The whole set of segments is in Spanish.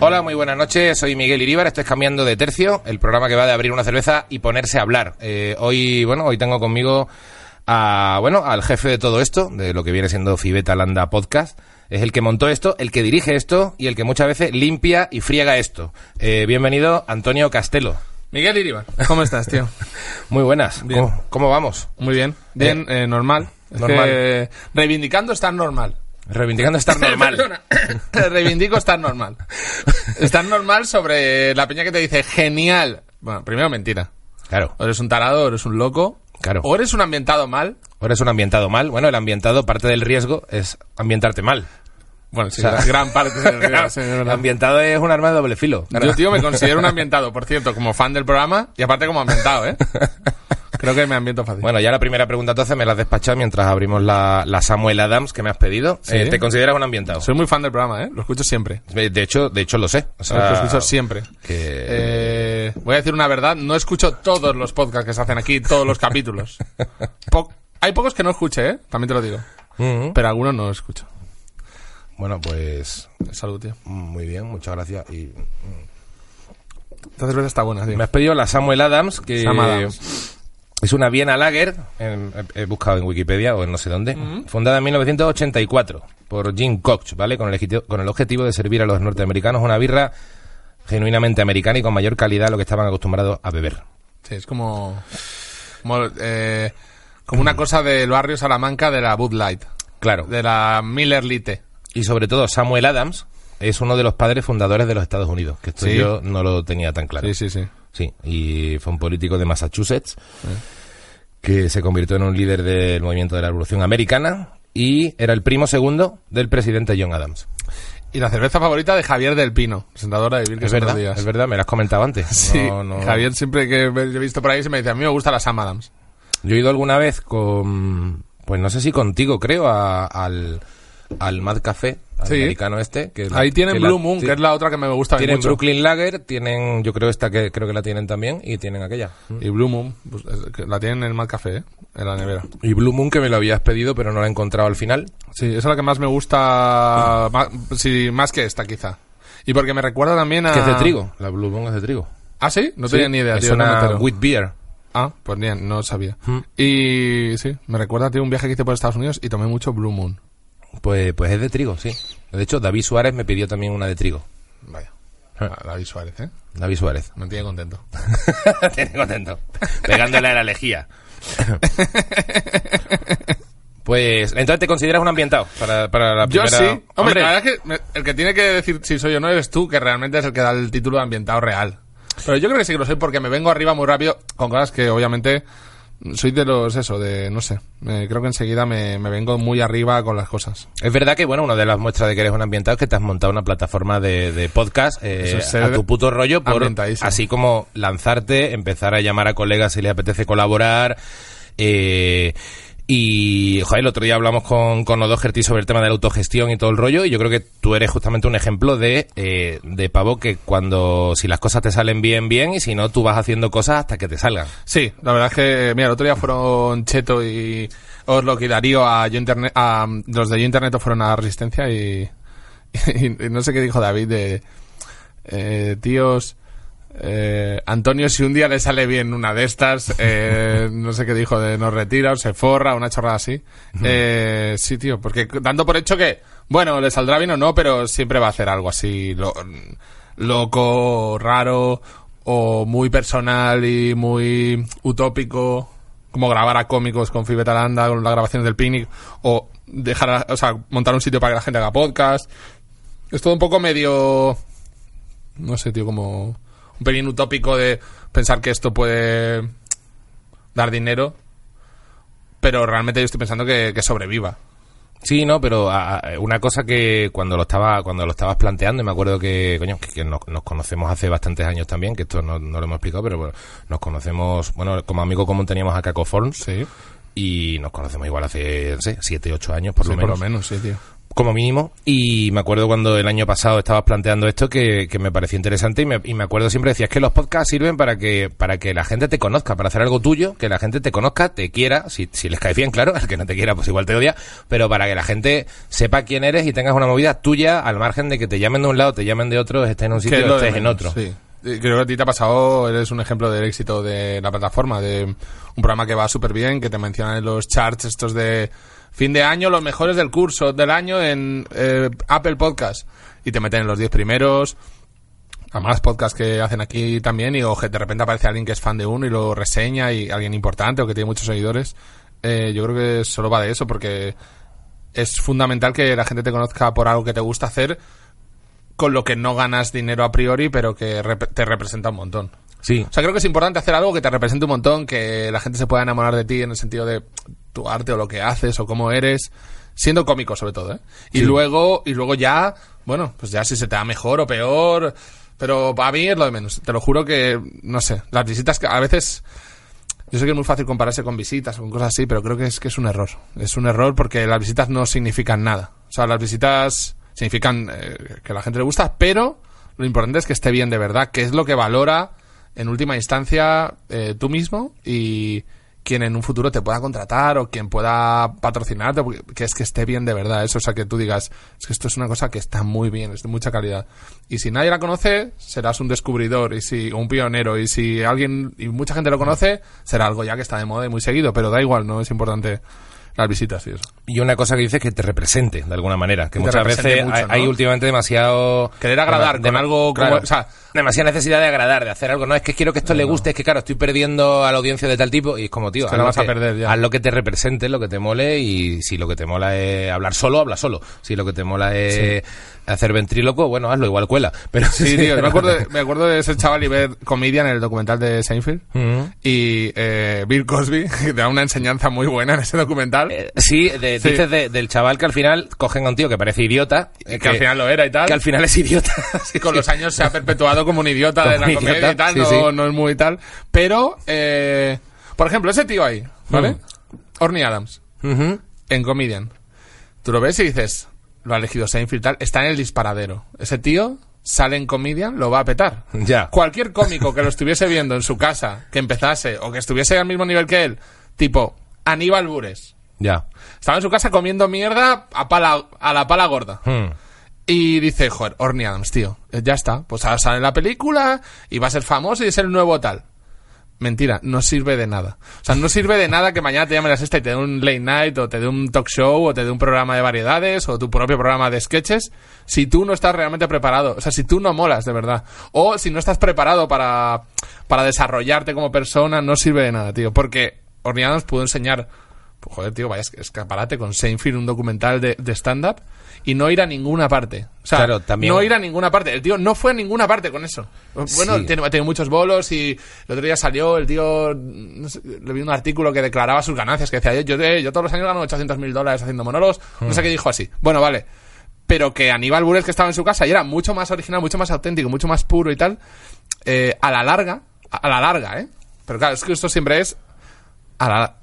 Hola, muy buenas noches. Soy Miguel Iríbar. Estoy cambiando de tercio. El programa que va de abrir una cerveza y ponerse a hablar. Eh, hoy, bueno, hoy tengo conmigo a, bueno, al jefe de todo esto, de lo que viene siendo Fibeta Landa Podcast. Es el que montó esto, el que dirige esto y el que muchas veces limpia y friega esto. Eh, bienvenido, Antonio Castelo. Miguel Iribar, ¿cómo estás, tío? Muy buenas. Bien. ¿Cómo, cómo vamos? Muy bien. Bien, eh, normal. Es Normal. que reivindicando estar normal. Reivindicando estar normal. Perdona. Reivindico estar normal. Estar normal sobre la peña que te dice, genial. Bueno, primero mentira. Claro. O eres un tarado, o eres un loco. Claro. O eres un ambientado mal. Ahora es un ambientado mal. Bueno, el ambientado, parte del riesgo es ambientarte mal. Bueno, sí, O sea, la gran parte de Claro, sí, de el verdad. ambientado es un arma de doble filo. Yo, tío, me considero un ambientado, por cierto, como fan del programa y aparte como ambientado, ¿eh? Creo que me ambiento fácil. Bueno, ya la primera pregunta entonces me la has despachado mientras abrimos la, la Samuel Adams que me has pedido. Sí. Eh, ¿Te consideras un ambientado? Soy muy fan del programa, ¿eh? Lo escucho siempre. Eh, De hecho, de hecho lo sé. O sea, Lo escucho siempre. Ah, que- Eh, voy a decir una verdad, no escucho todos los podcasts que se hacen aquí, todos los capítulos. Po- hay pocos que no escuche, ¿eh? También te lo digo. Mm, Pero algunos no escucho. Bueno, pues Salud, tío. muy bien, muchas gracias. Y Esta cerveza está buena, tío. me has pedido la Samuel Adams que Sam Adams. es una Viena Lager, en- he, he buscado en Wikipedia o en no sé dónde, fundada en 1984 por Jim Cox, ¿vale? Con el, ejiti- con el objetivo de servir a los norteamericanos una birra genuinamente americana y con mayor calidad a lo que estaban acostumbrados a beber. Sí, es como. Como, eh, como una cosa del barrio Salamanca de la Bud Light. Claro. De la Miller Lite. Y sobre todo Samuel Adams es uno de los padres fundadores de los Estados Unidos, que esto Sí. yo no lo tenía tan claro. Sí, sí, sí. Sí, y fue un político de Massachusetts que se convirtió en un líder del movimiento de la Revolución Americana y era el primo segundo del presidente John Adams. Y la cerveza favorita de Javier del Pino, presentadora de Vivir que Es son dos verdad, días. es verdad, me lo has comentado antes. Sí, No, no. Javier siempre que me- he visto por ahí se me dice, a mí me gusta la Sam Adams. Yo he ido alguna vez con, pues no sé si contigo, creo, a- al, al Mad Café, al Sí. americano este. Que la- Ahí tienen que la- Blue Moon, sí. que es la otra que me gusta a mí Tienen mucho. Brooklyn Lager, tienen, yo creo esta que creo que la tienen también y tienen aquella. Y Blue Moon, pues, es que la tienen en el mal café, ¿eh? en la nevera. Y Blue Moon que me lo habías pedido pero no la he encontrado al final. Sí, esa es la que más me gusta, ma- sí, más que esta quizá. Y porque me recuerda también a... Que es de trigo, la Blue Moon es de trigo. Ah, sí, no Sí, tenía ni idea. Es tío, no me una entero. wheat beer. Ah, pues ni, no sabía. Y sí, me recuerda, tío, un viaje que hice por Estados Unidos y tomé mucho Blue Moon. Pues, pues es de trigo, sí. De hecho, David Suárez me pidió también una de trigo. Vaya. Ah, David Suárez, ¿eh? David Suárez. Me tiene contento. Tiene contento. Pegándole a la lejía. pues, entonces te consideras un ambientado para, para la Yo primera... sí. Hombre, la verdad es que me- el que tiene que decir si soy o no eres tú, que realmente es el que da el título de ambientado real. Pero yo creo que sí que lo soy porque me vengo arriba muy rápido con cosas que obviamente soy de los, eso, de, no sé, eh, creo que enseguida me, me vengo muy arriba con las cosas. Es verdad que, bueno, una de las muestras de que eres un ambientado es que te has montado una plataforma de, de podcast eh, Eso es ser a tu puto rollo, por, ambientadísimo. así como lanzarte, empezar a llamar a colegas si les apetece colaborar. eh, y, joder, el otro día hablamos con, con Odoherty sobre el tema de la autogestión y todo el rollo, y yo creo que tú eres justamente un ejemplo de, eh, de pavo que cuando, si las cosas te salen bien, bien, y si no, tú vas haciendo cosas hasta que te salgan. Sí, la verdad es que, mira, el otro día fueron Cheto y Orlock y Darío a Yo Internet, a, los de Yo Internet fueron a Resistencia y, y- y no sé qué dijo David de, eh, tíos, eh, Antonio si un día le sale bien una de estas, eh, no sé qué dijo de nos retira o se forra, una chorrada así. Eh, sí, tío, porque dando por hecho que, bueno, le saldrá bien o no, pero siempre va a hacer algo así lo- loco, raro o muy personal y muy utópico, como grabar a cómicos con Fibetalanda, con las grabaciones del picnic, o dejar, a- o sea, montar un sitio para que la gente haga podcast. Es todo un poco medio. No sé, tío, como. Un pelín utópico de pensar que esto puede dar dinero. Pero realmente yo estoy pensando que, que sobreviva. Sí, no, pero a- a- una cosa que cuando lo estaba cuando lo estabas planteando, y me acuerdo que, coño, que, que nos, nos conocemos hace bastantes años también, que esto no, no lo hemos explicado, pero bueno, nos conocemos, bueno, como amigo común teníamos a Caco Forms Sí. y nos conocemos igual hace, no sé, siete, ocho años por, Sí, lo, menos, sí, tío. como mínimo, y me acuerdo cuando el año pasado estabas planteando esto que, que me pareció interesante y me, y me acuerdo siempre decías que los podcasts sirven para que, para que la gente te conozca, para hacer algo tuyo, que la gente te conozca, te quiera, si, si les caes bien, claro, al que no te quiera pues igual te odia, pero para que la gente sepa quién eres y tengas una movida tuya al margen de que te llamen de un lado, te llamen de otro, estés en un Que sitio, es lo de estés en menos, otro. sí. Eh, Creo que a ti te ha pasado, eres un ejemplo del éxito de la plataforma, de un programa que va súper bien, que te mencionan en los charts estos de fin de año, los mejores del curso, del año en eh, Apple Podcast. Y te meten en los 10 primeros, a más podcasts que hacen aquí también, y o que de repente aparece alguien que es fan de uno y lo reseña, y alguien importante o que tiene muchos seguidores. Eh, yo creo que solo va de eso, porque es fundamental que la gente te conozca por algo que te gusta hacer, con lo que no ganas dinero a priori, pero que rep- te representa un montón. Sí. O sea, creo que es importante hacer algo que te represente un montón, que la gente se pueda enamorar de ti en el sentido de tu arte o lo que haces o cómo eres, siendo cómico sobre todo, ¿eh? Y luego y luego ya, bueno, pues ya si se te da mejor o peor, pero para mí es lo de menos. Te lo juro que no sé, las visitas que a veces yo sé que es muy fácil compararse con visitas o con cosas así, pero creo que es que es un error. Es un error porque las visitas no significan nada. O sea, las visitas significan eh, que a la gente le gusta, pero lo importante es que esté bien de verdad, que es lo que valora en última instancia eh, tú mismo y quien en un futuro te pueda contratar o quien pueda patrocinarte, porque- que es que esté bien de verdad eso, o sea, que tú digas, es que esto es una cosa que está muy bien, es de mucha calidad. Y si nadie la conoce, serás un descubridor y si un pionero y si alguien y mucha gente lo conoce, será algo ya que está de moda y muy seguido, pero da igual, no es importante las visitas y eso. Y una cosa que dices que te represente de alguna manera, que Que te muchas represente veces mucho, hay, ¿no? hay últimamente demasiado Querer agradar con algo como- o sea- demasiada necesidad de agradar, de hacer algo, no es que quiero que esto le guste, es que claro, estoy perdiendo a la audiencia de tal tipo y es como tío, Es que haz la lo vas a perder ya. haz lo que te represente, lo que te mole y si lo que te mola es hablar solo, habla solo. Si lo que te mola es hacer ventríloco, bueno, hazlo igual cuela, pero Sí, tío, yo me acuerdo, de, me acuerdo de ese chaval y ver Comedian en el documental de Seinfeld Ujú. y eh, Bill Cosby, que da una enseñanza muy buena en ese documental. Eh, Sí, de- Sí. dices de- del chaval que al final cogen a un tío que parece idiota, eh, que, al final lo era y tal. que al final es idiota. Sí, con sí. los años se ha perpetuado como un idiota Como de la un comedia idiota, y tal, sí, no, sí. no es muy tal. Pero, eh, por ejemplo, ese tío ahí, Mm. ¿vale? Orny Adams, Ujú. en Comedian. Tú lo ves y dices, lo ha elegido Seinfeld tal, está en el disparadero. Ese tío sale en Comedian, lo va a petar. Ya. Cualquier cómico que lo estuviese viendo en su casa, que empezase, o que estuviese al mismo nivel que él, tipo Aníbal Bures, Ya. estaba en su casa comiendo mierda a, pala- a la pala gorda. Hmm. Y dice, joder, Orny Adams, tío, eh, ya está. Pues ahora sale la película y va a ser famoso y es el nuevo tal. Mentira, no sirve de nada. O sea, no sirve de nada que mañana te llamen a la sexta y te dé un late night o te dé un talk show o te dé un programa de variedades o tu propio programa de sketches si tú no estás realmente preparado. O sea, si tú no molas, de verdad. O si no estás preparado para, para desarrollarte como persona, no sirve de nada, tío. Porque Orny Adams pudo enseñar pues, joder, tío, vaya esca- escaparate con Seinfeld, un documental de, de stand-up, y no ir a ninguna parte. O sea, Claro, también- no ir a ninguna parte. El tío no fue a ninguna parte con eso. Bueno, Sí. tiene- ha tenido muchos bolos y el otro día salió, el tío, no sé, le vi un artículo que declaraba sus ganancias, que decía, yo, yo, eh, yo todos los años gano 800 mil dólares haciendo monólogos, no sé qué dijo así. Bueno, vale. Pero que Aníbal Burés, que estaba en su casa y era mucho más original, mucho más auténtico, mucho más puro y tal, eh, a la larga, a a la larga, ¿eh? Pero claro, es que esto siempre es a la,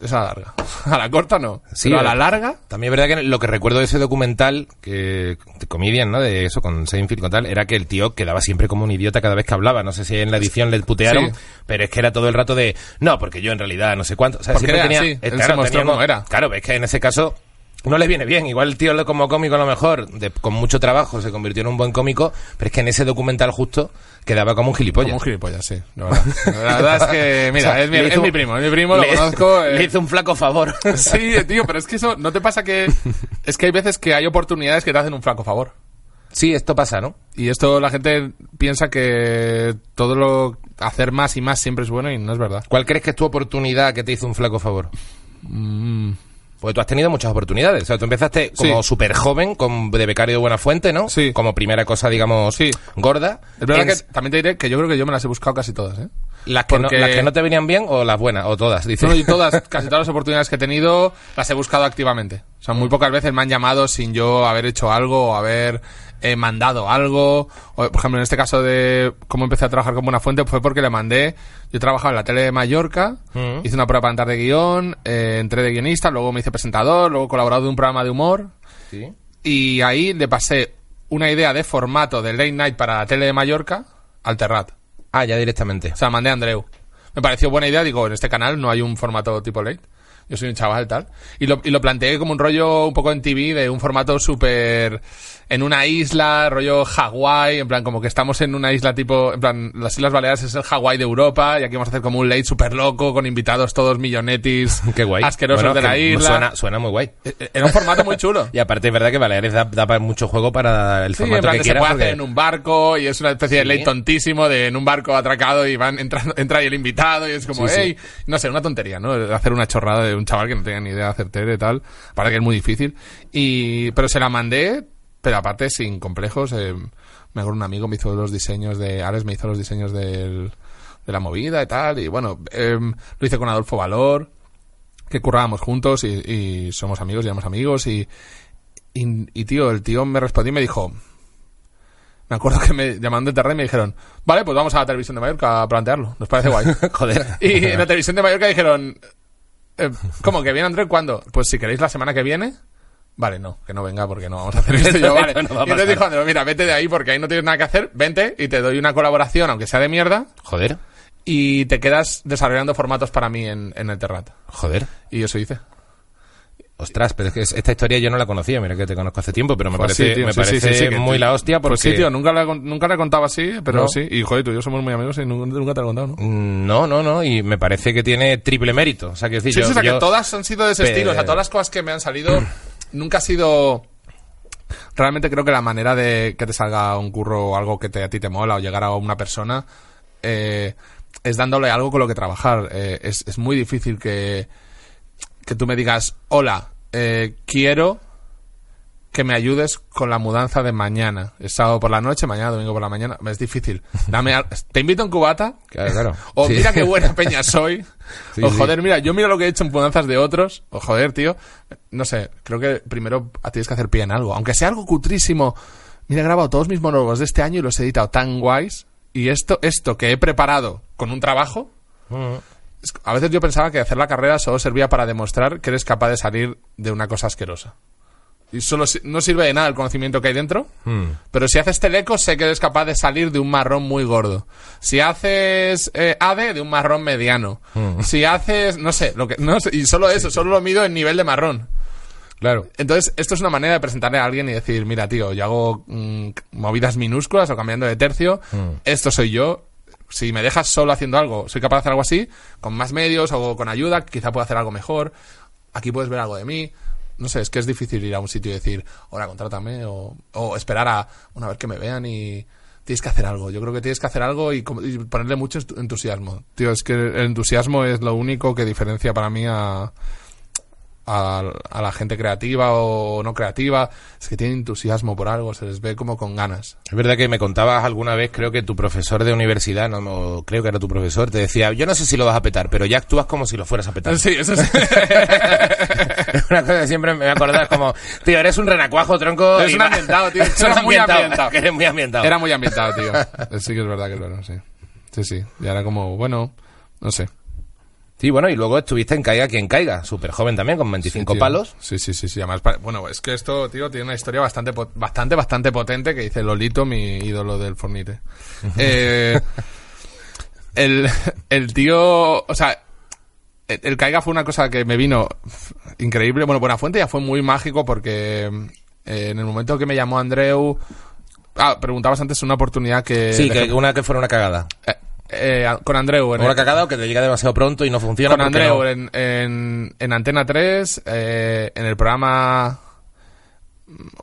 es a la larga. A la corta no. Sí, pero a ¿verdad? la larga. También es verdad que lo que recuerdo de ese documental, que de Comedian, ¿no? De eso, con Seinfeld, con tal, era que el tío quedaba siempre como un idiota cada vez que hablaba. No sé si en la edición le putearon, Sí. pero es que era todo el rato de, no, porque yo en realidad no sé cuánto. O sea, Porque siempre era tenía, así, él se mostró tenía- como era. Claro, es que en ese caso no le viene bien. Igual el tío lo- como cómico a lo mejor, de- con mucho trabajo, se convirtió en un buen cómico, pero es que en ese documental justo quedaba como un gilipollas. Como un gilipollas, sí. La verdad, La verdad es que, mira, O sea, es, mi, le es hizo- mi primo, es mi primo, lo le- conozco. eh, Le hizo un flaco favor. Sí, tío, pero es que eso, ¿no te pasa que.? Es que hay veces que hay oportunidades que te hacen un flaco favor. sí, esto pasa, ¿no? Y esto la gente piensa que todo lo. hacer más y más siempre es bueno y no es verdad. ¿Cuál crees que es tu oportunidad que te hizo un flaco favor? Porque tú has tenido muchas oportunidades. O sea, tú empezaste como Mm. Sí. súper joven, con, de becario de buena fuente, ¿no? Sí. Como primera cosa, digamos, Sí. gorda. Es verdad En- que también te diré que yo creo que yo me las he buscado casi todas, ¿eh? las, que no, porque- las que no te venían bien o las buenas, o todas, dices. No, y todas, casi todas las oportunidades que he tenido las he buscado activamente. O sea, muy pocas veces me han llamado sin yo haber hecho algo o haber eh, mandado algo. O, por ejemplo, en este caso de cómo empecé a trabajar con Buenafuente fue porque le mandé. Yo trabajaba en la tele de Mallorca, hice una prueba para entrar de guión, eh, entré de guionista, luego me hice presentador, luego colaborado de un programa de humor. Sí. Y ahí le pasé una idea de formato de late night para la tele de Mallorca al Terrat. Ah, ya directamente. O sea, mandé a Andreu. Me pareció buena idea, digo, en este canal no hay un formato tipo late. Yo soy un chaval tal. Y lo, y lo planteé como un rollo un poco en TV de un formato súper en una isla, rollo Hawái, en plan como que estamos en una isla tipo, en plan las Islas Baleares es el Hawái de Europa y aquí vamos a hacer como un late súper loco con invitados todos millonetis Qué guay. asquerosos Bueno, de la que isla. Suena, suena muy guay. Eh, eh, Era un formato muy chulo. Y aparte es verdad que Baleares da, da para mucho juego para el Sí, en formato plan que que se quieras. puede porque- hacer en un barco y es una especie de Sí. ley tontísimo de en un barco atracado y van entrando, entra ahí el invitado y es como, Sí, sí. hey, no sé, una tontería, ¿no? Hacer una chorrada de un chaval que no tenía ni idea de hacer tele y tal, para que es muy difícil. Y, pero se la mandé, pero aparte sin complejos, eh, me acuerdo un amigo me hizo los diseños de, Alex me hizo los diseños del- de la movida y tal, y bueno, em, lo hice con Adolfo Valor, que currábamos juntos y, y somos amigos, llevamos amigos y, y, y, tío, el tío me respondió y me dijo, me acuerdo que me llamaron de tarde y me dijeron, vale, pues vamos a la televisión de Mallorca a plantearlo, nos parece guay. Joder. y en la televisión de Mallorca dijeron, eh, ¿cómo que viene Andrés cuándo? Pues si queréis la semana que viene. Vale, no, que no venga porque no vamos a hacer esto. Y yo, vale. No va a y entonces pasar. dijo Andrés, mira, vete de ahí porque ahí no tienes nada que hacer, vente y te doy una colaboración, aunque sea de mierda, Joder. y te quedas desarrollando formatos para mí en, en el Terrat. Joder. Y eso hice. Ostras, pero es que es- esta historia yo no la conocía, mira que te conozco hace tiempo, pero me Pues parece, sí, tío, me sí, parece sí, sí, sí, que muy te- la hostia porque... Pues sí, tío, nunca la, con- nunca la contaba así, pero No. sí. Y joder, tú y yo somos muy amigos y nu- nunca, te la he contado, ¿no? Mm, No, no, no, y me parece que tiene triple mérito. O sea, que decir, Sí, yo- sí, o sea, yo- que todas han sido de ese Pero- estilo. O sea, todas las cosas que me han salido nunca ha sido... Realmente creo que la manera de que te salga un curro o algo que te, a ti te mola o llegar a una persona eh, es dándole algo con lo que trabajar. Eh, es, es muy difícil que, que tú me digas, hola, eh, quiero que me ayudes con la mudanza de mañana. Es sábado por la noche, mañana domingo por la mañana. Es difícil. Dame al- Te invito a un cubata. Claro, claro. O Sí. mira qué buena peña soy. Sí, o sí. joder, mira, yo miro lo que he hecho en mudanzas de otros. O joder, tío. No sé, creo que primero tienes que hacer pie en algo. Aunque sea algo cutrísimo. Mira, he grabado todos mis monólogos de este año y los he editado tan guays. Y esto, esto que he preparado con un trabajo, Mm, es- A veces yo pensaba que hacer la carrera solo servía para demostrar que eres capaz de salir de una cosa asquerosa. Y solo si- no sirve de nada el conocimiento que hay dentro. mm. Pero si haces teleco, sé que eres capaz de salir de un marrón muy gordo. Si haces eh, ADE, de un marrón mediano. Si haces, no sé, lo que, no sé, y solo eso, solo lo mido en nivel de marrón. Claro. Entonces, esto es una manera de presentarle a alguien y decir, mira, tío, yo hago mm, movidas minúsculas o cambiando de tercio, esto soy yo. Si me dejas solo haciendo algo, soy capaz de hacer algo así, con más medios o con ayuda, quizá pueda hacer algo mejor. Aquí puedes ver algo de mí. No sé, es que es difícil ir a un sitio y decir, ahora contrátame, o, o esperar a una vez que me vean y tienes que hacer algo. Yo creo que tienes que hacer algo y, como- y ponerle mucho entu- entusiasmo. Tío, es que el entusiasmo es lo único que diferencia para mí a, a, a la gente creativa o no creativa, es que tienen entusiasmo por algo, se les ve como con ganas. Es verdad que me contabas alguna vez, creo que tu profesor de universidad, no, no, creo que era tu profesor, te decía, yo no sé si lo vas a petar, pero ya actúas como si lo fueras a petar. Sí, eso sí. una cosa que siempre me acordás como, tío, eres un renacuajo, tronco. Eres y un va- ambientado, tío. Eres Eres muy ambientado, ambientado. que eres muy ambientado. era muy ambientado, tío. Sí que es verdad que lo era, sí. Sí, sí. Y ahora como, bueno, no sé. Sí, bueno, y luego estuviste en Caiga quien caiga, súper joven también, con 25 Tío. palos. Sí, sí, sí, sí. Además, pa- bueno, es que esto, tío, tiene una historia bastante, po- bastante, bastante potente que dice Lolito, mi ídolo del Fornite. Eh, el, el tío, o sea, el, el caiga fue una cosa que me vino increíble. Bueno, Buenafuente ya fue muy mágico porque eh, en el momento que me llamó Andreu, ah, preguntabas antes una oportunidad que, Sí, dejé- que una que fuera una cagada. eh, eh, a- con Andreu. en el- Una cagada o que te llega demasiado pronto y no funciona. con porque Andreu no- en, en, en Antena 3, eh, en el programa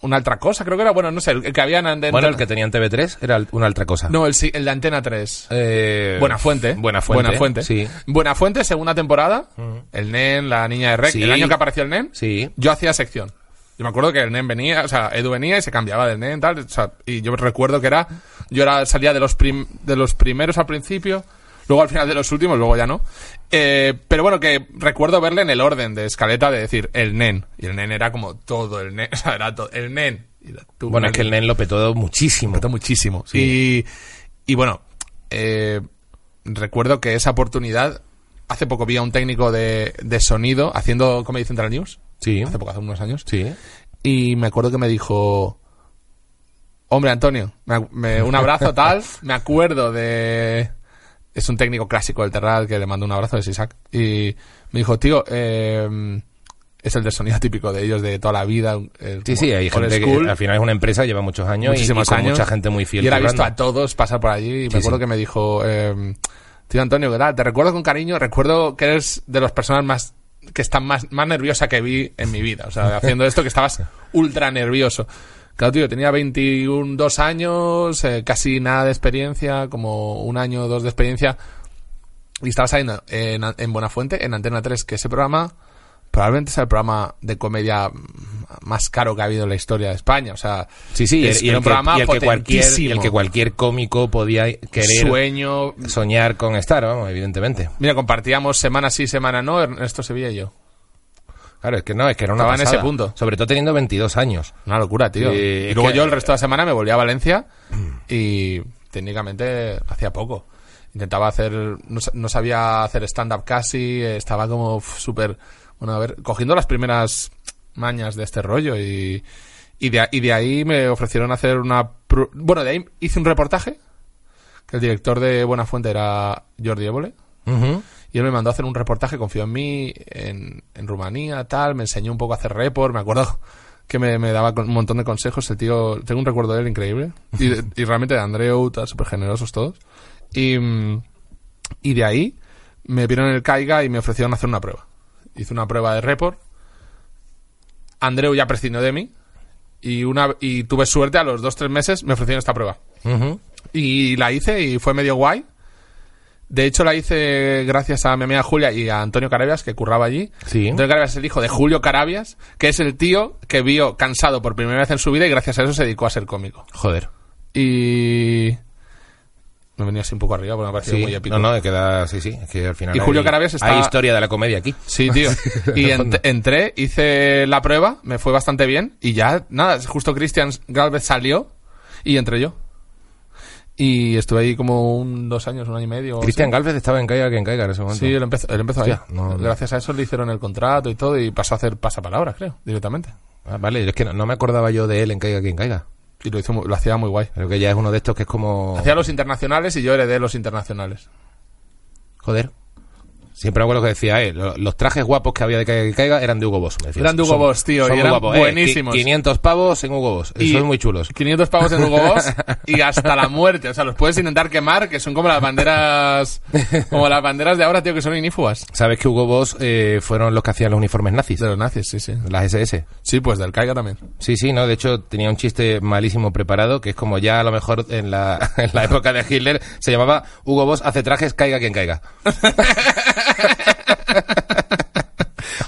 una otra cosa, creo que era, bueno, no sé, el, el que había en Antena Bueno, el que tenía en TV3 era una otra cosa. No, el, sí- el de Antena 3. Eh, Buena Fuente. Buena Fuente. Buena Fuente. Sí. Mm. Buena Fuente, segunda temporada. El NEN, la niña de Rec. Sí. El año que apareció el NEN, Sí. yo hacía sección. Yo me acuerdo que el NEN venía, o sea, Edu venía y se cambiaba del NEN, tal. o sea, y yo recuerdo que era, yo era, salía de los, prim- de los primeros al principio, luego al final de los últimos, luego ya no. Eh, pero bueno, que recuerdo verle en el orden de escaleta de decir el NEN. Y el NEN era como todo el NEN, o sea, era todo el NEN. Y la- tú, Bueno, es que el Mari- Nen lo petó muchísimo. Nota muchísimo. Y, y bueno, eh, recuerdo que esa oportunidad, hace poco vi a un técnico de, de sonido haciendo Comedy Central News. Sí. Hace poco, hace unos años. Sí. Y me acuerdo que me dijo, hombre Antonio, me ac- me- un abrazo tal, me acuerdo de... Es un técnico clásico del Terral que le mando un abrazo, es Isaac. Y me dijo, tío, eh, es el de sonido típico de ellos de toda la vida. el- Sí, sí, hay old gente school. que al final es una empresa, lleva muchos años y- y, Muchísimos con años. mucha gente muy fiel. Yo la he visto currando. a todos pasar por allí y Sí, me acuerdo sí. que me dijo, eh, tío Antonio, ¿qué tal? Te recuerdo con cariño, recuerdo que eres de las personas más que están más, más nerviosa que vi en mi vida. O sea, haciendo esto que estabas ultra nervioso. Claro, tío, tenía 21, 2 años, eh, casi nada de experiencia, como un año o dos de experiencia. Y estaba saliendo en, en Buenafuente, en Antena 3, que ese programa probablemente sea el programa de comedia mm, más caro que ha habido en la historia de España. O sea, Sí, sí, y el- es- y el, era un que, programa y el que cualquier, y el que potentísimo. cualquier cómico podía querer sueño. soñar con estar, vamos, evidentemente. Mira, compartíamos semana sí, semana no, Ernesto Sevilla y yo. Claro, es que no, es que era una Estaba en pasada. ese punto. Sobre todo teniendo 22 años. Una locura, tío. Sí, y es luego que- yo el resto de la semana me volví a Valencia y técnicamente hacía poco. Intentaba hacer, no, sa- no sabía hacer stand-up casi, eh, estaba como uf, súper, bueno, a ver, cogiendo las primeras mañas de este rollo y, y, de, a- y de ahí me ofrecieron hacer una... pru- Bueno, de ahí hice un reportaje, que el director de Buena Fuente era Jordi Évole. Ujú. Y él me mandó a hacer un reportaje, confió en mí, en, en Rumanía, tal, me enseñó un poco a hacer report, me acuerdo que me, me daba con- un montón de consejos, el tío, tengo un recuerdo de él increíble, y, de- y realmente de Andreu, tal, súper generosos todos. Y, mm, y de ahí me vieron en el Caiga y me ofrecieron hacer una prueba. Hice una prueba de report, Andreu ya prescindió de mí, y, una, y tuve suerte, a los dos, tres meses me ofrecieron esta prueba. Ujú. Y la hice y fue medio guay. De hecho, la hice gracias a mi amiga Julia y a Antonio Carabias, que curraba allí. Sí. Antonio Carabias es el hijo de Julio Carabias, que es el tío que vio cansado por primera vez en su vida y gracias a eso se dedicó a ser cómico. Joder. Y. Me venía así un poco arriba porque me ha parecido Sí. muy épico. No, no, queda, sí, sí, es que al final. Y Julio hay- Carabias está- Hay historia de la comedia aquí. Sí, tío. Y De fondo. ent- entré, hice la prueba, me fue bastante bien y ya, nada, justo Cristian Galvez salió y entré yo. Y estuve ahí como un, dos años, un año y medio. o Cristian Galvez estaba en Caiga que en Caiga en ese momento. Oh, Sí, él empezó, él empezó Hostia, ahí. no, no. Gracias a eso le hicieron el contrato y todo y pasó a hacer pasapalabras, creo, directamente. Ah, vale, es que no, no me acordaba yo de él en Caiga que en Caiga. Y lo, hizo, mu- lo hacía muy guay. Creo que ya es uno de estos que es como. Hacía los internacionales y yo heredé los internacionales. Joder. Siempre me acuerdo que decía, eh, lo- los trajes guapos que había de Caiga que Caiga eran de Hugo Boss. me decías. Eran de Hugo Son- Boss, tío, son y muy eran eh, buenísimos. qui- 500 pavos en Hugo Boss. Y Son muy chulos. 500 pavos en Hugo Boss y hasta la muerte. O sea, los puedes intentar quemar, que son como las banderas como las banderas de ahora, tío, que son inífugas. ¿Sabes que Hugo Boss eh, fueron los que hacían los uniformes nazis? De los nazis, sí, sí. Las SS. Sí, pues del Caiga también. Sí, sí, no, de hecho tenía un chiste malísimo preparado, que es como ya a lo mejor en la, en la época de Hitler se llamaba Hugo Boss hace trajes, caiga quien caiga.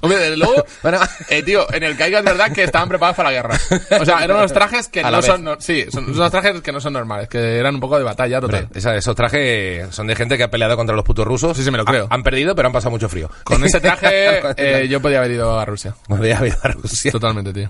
Hombre, desde luego, Bueno. eh, tío, en el Caiga es verdad que estaban preparados para la guerra. O sea, eran unos trajes que A la no vez. son, no- sí, son son unos trajes que no son normales, que eran un poco de batalla total. Hombre, esa- esos trajes son de gente que ha peleado contra los putos rusos. Sí, sí, me lo creo. Ha- Han perdido, pero han pasado mucho frío. Con ese traje Con ese eh, yo podía haber ido a Rusia. Me voy a ir a Rusia. Totalmente, tío.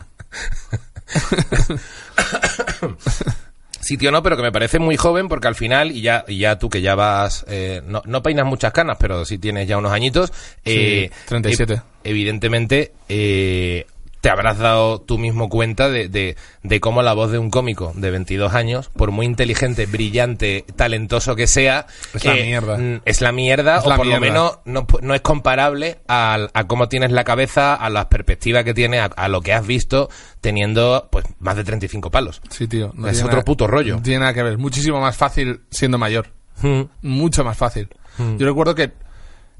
Sitio no, pero que me parece muy joven porque al final, y ya, y ya tú que ya vas, eh, no, no peinas muchas canas, pero sí tienes ya unos añitos. eh, Sí, 37. ev- evidentemente, eh, te habrás dado tú mismo cuenta de, de, de cómo la voz de un cómico de 22 años, por muy inteligente, brillante, talentoso que sea, Es la eh, mierda. mm, Es la mierda, Es o la por lo mierda. menos no, pu- no es comparable al- a, cómo tienes la cabeza, a las perspectivas que tienes, a, a lo que has visto teniendo pues más de 35 palos. Sí, tío. Es otro puto rollo. No tiene nada que ver. Muchísimo más fácil siendo mayor. Mm. Mucho más fácil. Hmm. Yo recuerdo que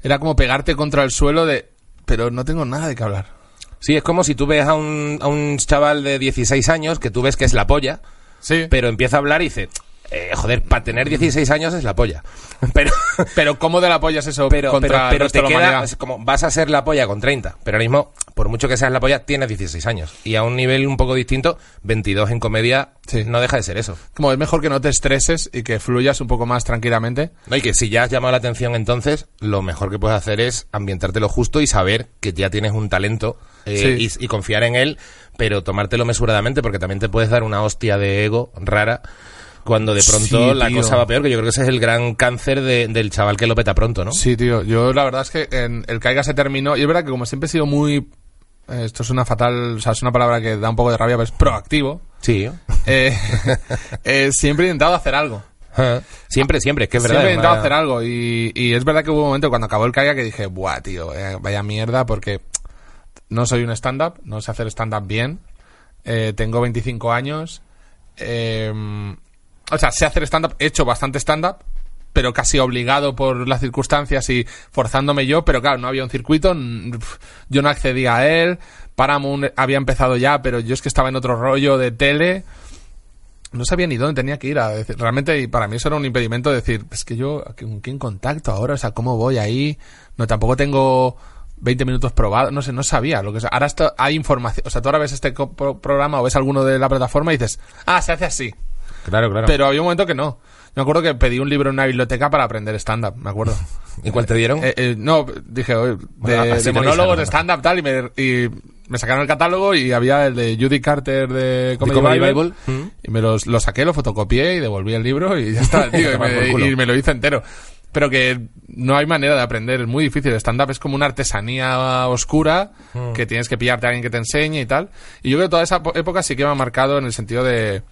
era como pegarte contra el suelo de... Pero no tengo nada de qué hablar. Sí, es como si tú ves a un, a un chaval de 16 años que tú ves que es la polla, Sí. pero empieza a hablar y dice, eh, joder, para tener 16 años es la polla. Pero, Pero ¿cómo de la polla es eso pero, contra pero, el pero resto te de la queda, humanidad? es como vas a ser la polla con 30, pero ahora mismo, por mucho que seas la polla, tienes 16 años. Y a un nivel un poco distinto, 22 en comedia Sí. no deja de ser eso. Como es mejor que no te estreses y que fluyas un poco más tranquilamente. No, y que si ya has llamado la atención entonces, lo mejor que puedes hacer es ambientarte lo justo y saber que ya tienes un talento eh, Sí. y, y confiar en él, pero tomártelo mesuradamente porque también te puedes dar una hostia de ego rara cuando de pronto Sí, la tío. cosa va peor, que yo creo que ese es el gran cáncer de- del chaval que lo peta pronto, ¿no? Sí, tío. Yo la verdad es que en el caiga se terminó. Y es verdad que como siempre he sido muy... eh, Esto es una fatal... O sea, es una palabra que da un poco de rabia, pero es proactivo. Sí. Eh, eh, siempre he intentado hacer algo. Ajá. Ah. siempre, siempre, es que es verdad. Siempre he es intentado una- hacer algo. Y, y es verdad que hubo un momento cuando acabó el caiga que dije, buah, tío, eh, vaya mierda, porque no soy un stand-up, no sé hacer stand-up bien. eh, tengo 25 años. eh, o sea, sé hacer stand-up, he hecho bastante stand-up, pero casi obligado por las circunstancias y forzándome yo. Pero claro, no había un circuito, n- pf, yo no accedía a él. Paramount había empezado ya, pero yo es que estaba en otro rollo de tele no sabía ni dónde tenía que ir. A decir, realmente, y para mí eso era un impedimento de decir, es que yo, ¿con quién contacto ahora? O sea, ¿cómo voy ahí? No, tampoco tengo 20 minutos probados. No sé, no sabía. Lo que sea. Ahora esto, hay información. O sea, tú ahora ves este co- pro- programa o ves alguno de la plataforma y dices, ah, se hace así. Claro, claro. Pero había un momento que no. Yo me acuerdo que pedí un libro en una biblioteca para aprender stand-up, me acuerdo. ¿Y cuál te dieron? Eh, eh, no, dije, oye, de, Bueno, así de tenéis monólogos de algo. stand-up tal, y me, y me sacaron el catálogo y había el de Judy Carter de Comedy, Comedy Bible, Bible. Mm. y me los, lo saqué, lo fotocopié y devolví el libro y ya está, tío, y, Toma por me, culo. y me lo hice entero. Pero que no hay manera de aprender, es muy difícil. Stand-up es como una artesanía oscura que tienes que pillarte a alguien que te enseñe y tal. Y yo creo que toda esa po- época sí que me ha marcado en el sentido de...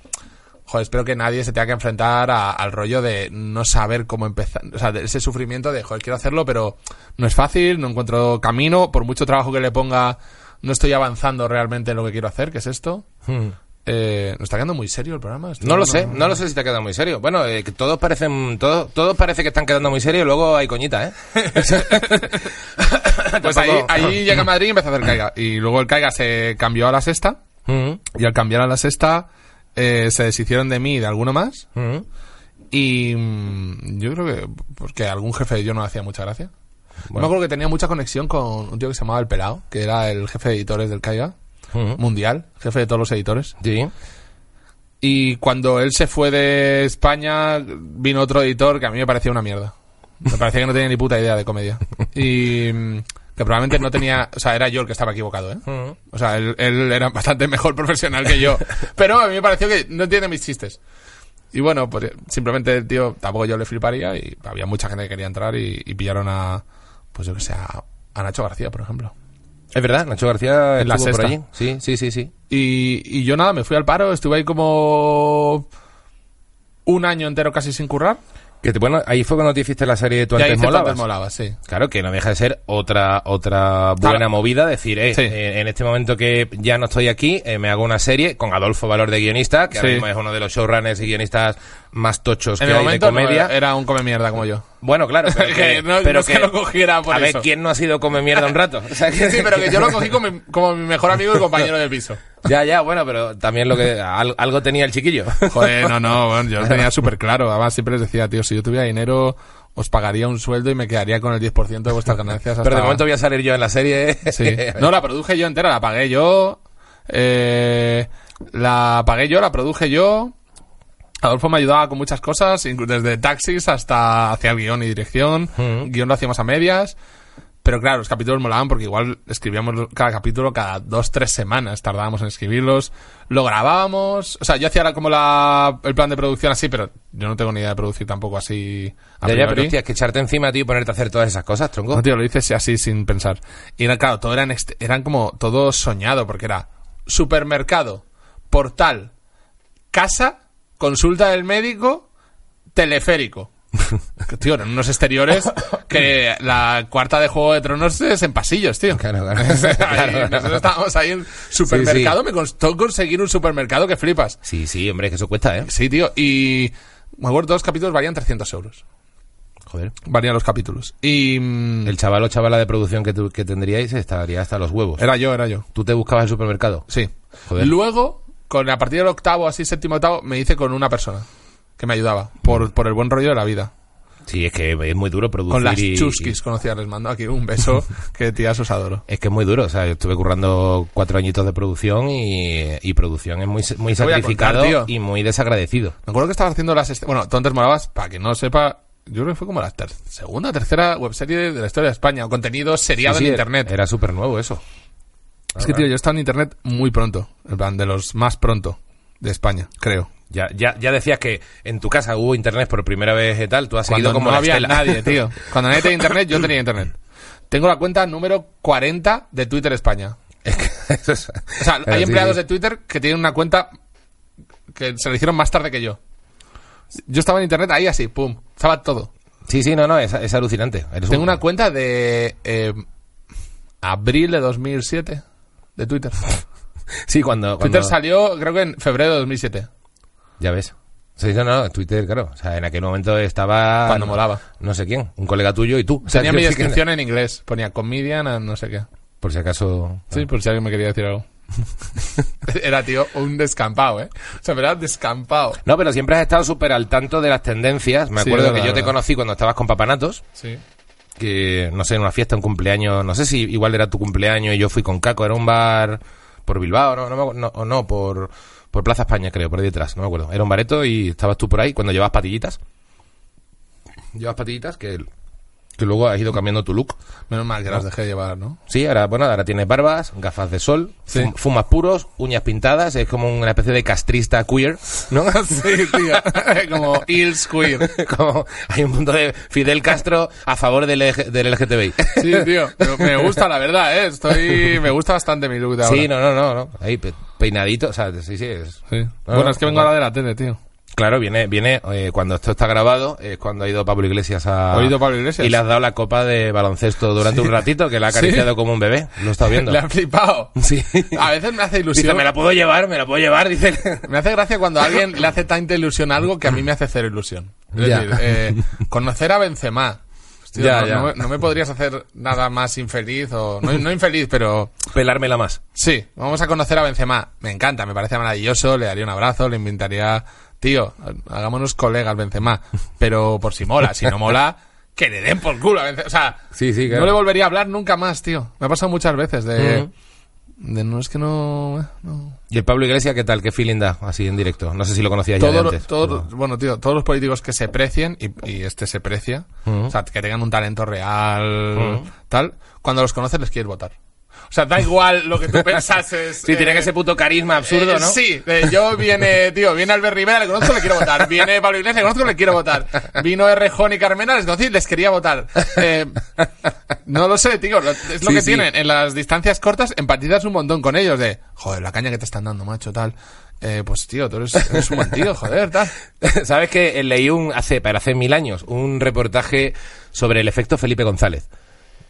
Joder, espero que nadie se tenga que enfrentar a- al rollo de no saber cómo empezar. O sea, de ese sufrimiento de, joder, quiero hacerlo, pero no es fácil, no encuentro camino, por mucho trabajo que le ponga, no estoy avanzando realmente en lo que quiero hacer, que es esto. Hmm. Eh, ¿Nos está quedando muy serio el programa? Estoy- No lo sé, no lo sé si te ha quedado muy serio. Bueno, eh, que todos parecen, todos, todos parece que están quedando muy serios, luego hay coñita, ¿eh? Pues ahí, Tampoco- ahí llega a Madrid y empezó a hacer caiga. Y luego el caiga se cambió a la sexta. Mm, Y al cambiar a la sexta, eh, se deshicieron de mí y de alguno más. mm. Y mm, yo creo que porque algún jefe yo no le hacía mucha gracia. Bueno. Me acuerdo que tenía mucha conexión con un tío que se llamaba El Pelao, que era el jefe de editores del Caiga Mm. Mundial, jefe de todos los editores. Sí. Y cuando él se fue de España, vino otro editor que a mí me parecía una mierda. Me parecía que no tenía ni puta idea de comedia. Y mm, que probablemente no tenía... O sea, era yo el que estaba equivocado, ¿eh? Mm. O sea, él, él era bastante mejor profesional que yo. Pero a mí me pareció que no entiende mis chistes. Y bueno, pues eh, simplemente, tío, tampoco yo le fliparía y había mucha gente que quería entrar y, y pillaron a, pues yo que sé, a, a Nacho García, por ejemplo. Es verdad, Nacho García En la estuvo por sexta. allí. Sí, sí, sí, sí. Y, y yo nada, me fui al paro, estuve ahí como un año entero casi sin currar. Que te- bueno, ahí fue cuando te hiciste la serie de Tú Y ahí antes hice molabas. Tantas molabas, sí. Claro, que no deja de ser otra otra buena Claro. movida. Decir, eh, Sí. eh, en este momento que ya no estoy aquí, eh, me hago una serie con Adolfo Valor de guionista, que ahora Sí. mismo es uno de los showrunners y guionistas más tochos En que el hay de momento no, comedia. era, era un come mierda como yo. Bueno, claro, pero que, Que no- pero no es que lo cogiera por a eso. ver, ¿quién no ha sido come mierda un rato? O sea, que- Sí, pero que yo lo cogí como mi, como mi mejor amigo y compañero de piso. Ya, ya, bueno, pero también lo que al- algo tenía el chiquillo. Joder, no, no, bueno, yo lo tenía súper claro. Además, siempre les decía, tío, si yo tuviera dinero, os pagaría un sueldo y me quedaría con el 10% de vuestras ganancias. Hasta... Pero de momento voy a salir yo en la serie. Sí. No, la produje yo entera, la pagué yo. eh, la pagué yo, la produje yo. Adolfo me ayudaba con muchas cosas, inclu- desde taxis hasta hacia el guión y dirección. Guión lo hacíamos a medias. Pero claro, los capítulos molaban porque igual escribíamos lo- cada capítulo cada dos, tres semanas tardábamos en escribirlos. Lo grabábamos. O sea, yo hacía la- como la, el plan de producción así, pero yo no tengo ni idea de producir tampoco así. a Ya, ya, pero priori. hostia, es que echarte encima, tío, y ponerte a hacer todas esas cosas, tronco. No, tío, lo dices así sin pensar. Y era, claro, todo eran, ext- eran como todo soñado, porque era supermercado, portal, casa, consulta del médico, teleférico. Que, tío, eran unos exteriores que la cuarta de Juego de Tronos es en pasillos, tío. Claro, claro. Ahí, Claro, claro. Nosotros estábamos ahí en supermercado, me costó conseguir un supermercado que flipas. Sí, sí, hombre, que eso cuesta, ¿eh? Sí, tío, y me acuerdo, todos los capítulos valían 300 euros. Joder. Varían los capítulos. Y. mm, El chaval o chavala de producción que, tu- que tendríais estaría hasta los huevos. Era yo, era yo. Tú te buscabas el supermercado. Sí. Joder. Luego, con a partir del octavo, así séptimo octavo, me hice con una persona que me ayudaba por, por el buen rollo de la vida. Sí, es que es muy duro producir. Con las y- chuskis conocía, les mando aquí un beso que tías os adoro. Es que es muy duro, o sea, yo estuve currando cuatro añitos de producción y, y producción es muy, muy Te voy a sacrificado contar, tío. y muy desagradecido. Me acuerdo que estabas haciendo las... est- Bueno, Tontes Morabas, para que no sepa, yo creo que fue como la ter- segunda o tercera webserie de la historia de España, o contenido seriado Sí, en sí, Internet. Era súper nuevo eso. es que, tío, yo he estado en Internet muy pronto, en plan, de los más pronto de España, creo. Ya, ya, ya decías que en tu casa hubo internet por primera vez y tal, tú has seguido como no la había estela. nadie, tío. Cuando nadie tenía Internet, yo tenía Internet. Tengo la cuenta número 40 de Twitter España. Es que eso es- O sea, Claro, hay sí, empleados sí. de Twitter que tienen una cuenta que se la hicieron más tarde que yo. Yo estaba en internet ahí así, pum, estaba todo. Sí, sí, no, no, es, es alucinante. Eres Tengo un- una cuenta de eh, abril de 2007 de Twitter. Sí, cuando... Twitter cuando- salió creo que en febrero de 2007. Ya ves. Sí, no, no, Twitter, claro. O sea, en aquel momento estaba... Cuando no- molaba. No sé quién, un colega tuyo y tú. O sea, Tenía quiero mi decir que- descripción en inglés, ponía comedian, and no sé qué. Por si acaso... Sí, por si alguien me quería decir algo. Era, tío, un descampado, ¿eh? O sea, era descampado. No, pero siempre has estado súper al tanto de las tendencias. Me Sí, acuerdo verdad, que yo te verdad. conocí cuando estabas con Papanatos, Sí. que no sé, en una fiesta, un cumpleaños, no sé si igual era tu cumpleaños y yo fui con Caco, era un bar por Bilbao, no, no, me acu- no, o no por, por Plaza España, creo, por ahí detrás, no me acuerdo. Era un bareto y estabas tú por ahí cuando llevabas patillitas. Llevas patillitas que, que luego has ido cambiando tu look. Menos mal que las dejé llevar, ¿no? Sí, ahora, bueno, ahora tienes barbas, gafas de sol, Sí. fum- fumas puros, uñas pintadas, es como una especie de castrista queer, ¿no? Sí, tío. Como Hills Queer. Como hay un punto de Fidel Castro a favor del, LG del LGTBI. Sí, tío. Pero Me gusta, la verdad, ¿eh? Estoy... Me gusta bastante mi look de ahora. Sí, no, no, no, no. Ahí pe- peinadito, o sea, sí, sí. es- Sí. No, bueno, no, es que vengo igual. ahora de la tele, tío. Claro, viene, viene eh, cuando esto está grabado, es cuando ha ido Pablo Iglesias a. Ha ido Pablo Iglesias. Ah. Y le has dado la copa de baloncesto durante un ratito, que la ha acariciado como un bebé. Lo está viendo. Le ha flipado. Sí. A veces me hace ilusión. Dice, me la puedo llevar, me la puedo llevar, dice. Me hace gracia cuando a alguien le hace tanta ilusión algo que a mí me hace cero ilusión. Es Ya. decir, eh, conocer a Benzema. Hostia, Ya, no, ya. no me- no me podrías hacer nada más infeliz o... No, no infeliz, pero... Pelármela más. Sí, vamos a conocer a Benzema. Me encanta, me parece maravilloso, le daría un abrazo, le inventaría... Tío, hagámonos colegas Benzema. Pero por si mola, si no mola, que le den por culo a Benzema. O sea, Sí, sí, claro. no le volvería a hablar nunca más, tío. Me ha pasado muchas veces de... Ujú. De no, es que no... eh, no. ¿Y el Pablo Iglesias qué tal? ¿Qué feeling da? Así en directo. No sé si lo conocías ya de Todo lo- antes. todo- Bueno, tío, todos los políticos que se precien, y, y este se precia, o sea, que tengan un talento real, tal, cuando los conoces les quieres votar. O sea, da igual lo que tú pensases. Sí, tiene eh, ese puto carisma absurdo, Eh, ¿no? Sí, eh, yo viene, tío, viene Albert Rivera, le conozco, le quiero votar. Viene Pablo Iglesias, le conozco, le quiero votar. Vino Errejón y Carmena, les conocí, les quería votar. Eh, no lo sé, tío, lo- es lo Sí, que sí. tienen. En las distancias cortas empatizas un montón con ellos de, joder, la caña que te están dando, macho, tal. Eh, pues tío, tú eres, eres un buen tío, joder, tal. ¿Sabes que eh, leí un hace, para hace mil años un reportaje sobre el efecto Felipe González?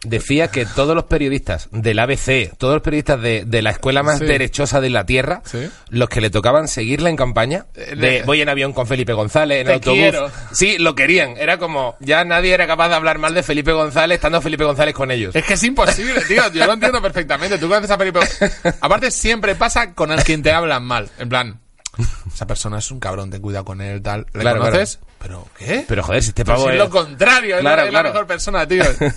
Decía que todos los periodistas del ABC, todos los periodistas de, de la escuela más Sí. derechosa de la Tierra, Sí. los que le tocaban seguirla en campaña, Eh, de le- voy en avión con Felipe González, en Te autobús. quiero. Sí, lo querían. Era como, ya nadie era capaz de hablar mal de Felipe González estando Felipe González con ellos. Es que es imposible, tío, yo lo entiendo perfectamente. Tú conoces a Felipe. Aparte, siempre pasa con el quien te hablan mal. En plan, esa persona es un cabrón, ten cuidado con él, tal. ¿Le Claro, conoces? ¿Pero qué? Pero joder, si este Pero pavo si es- es lo contrario, es la- Claro, es, la, claro. mejor persona, tío. Eh,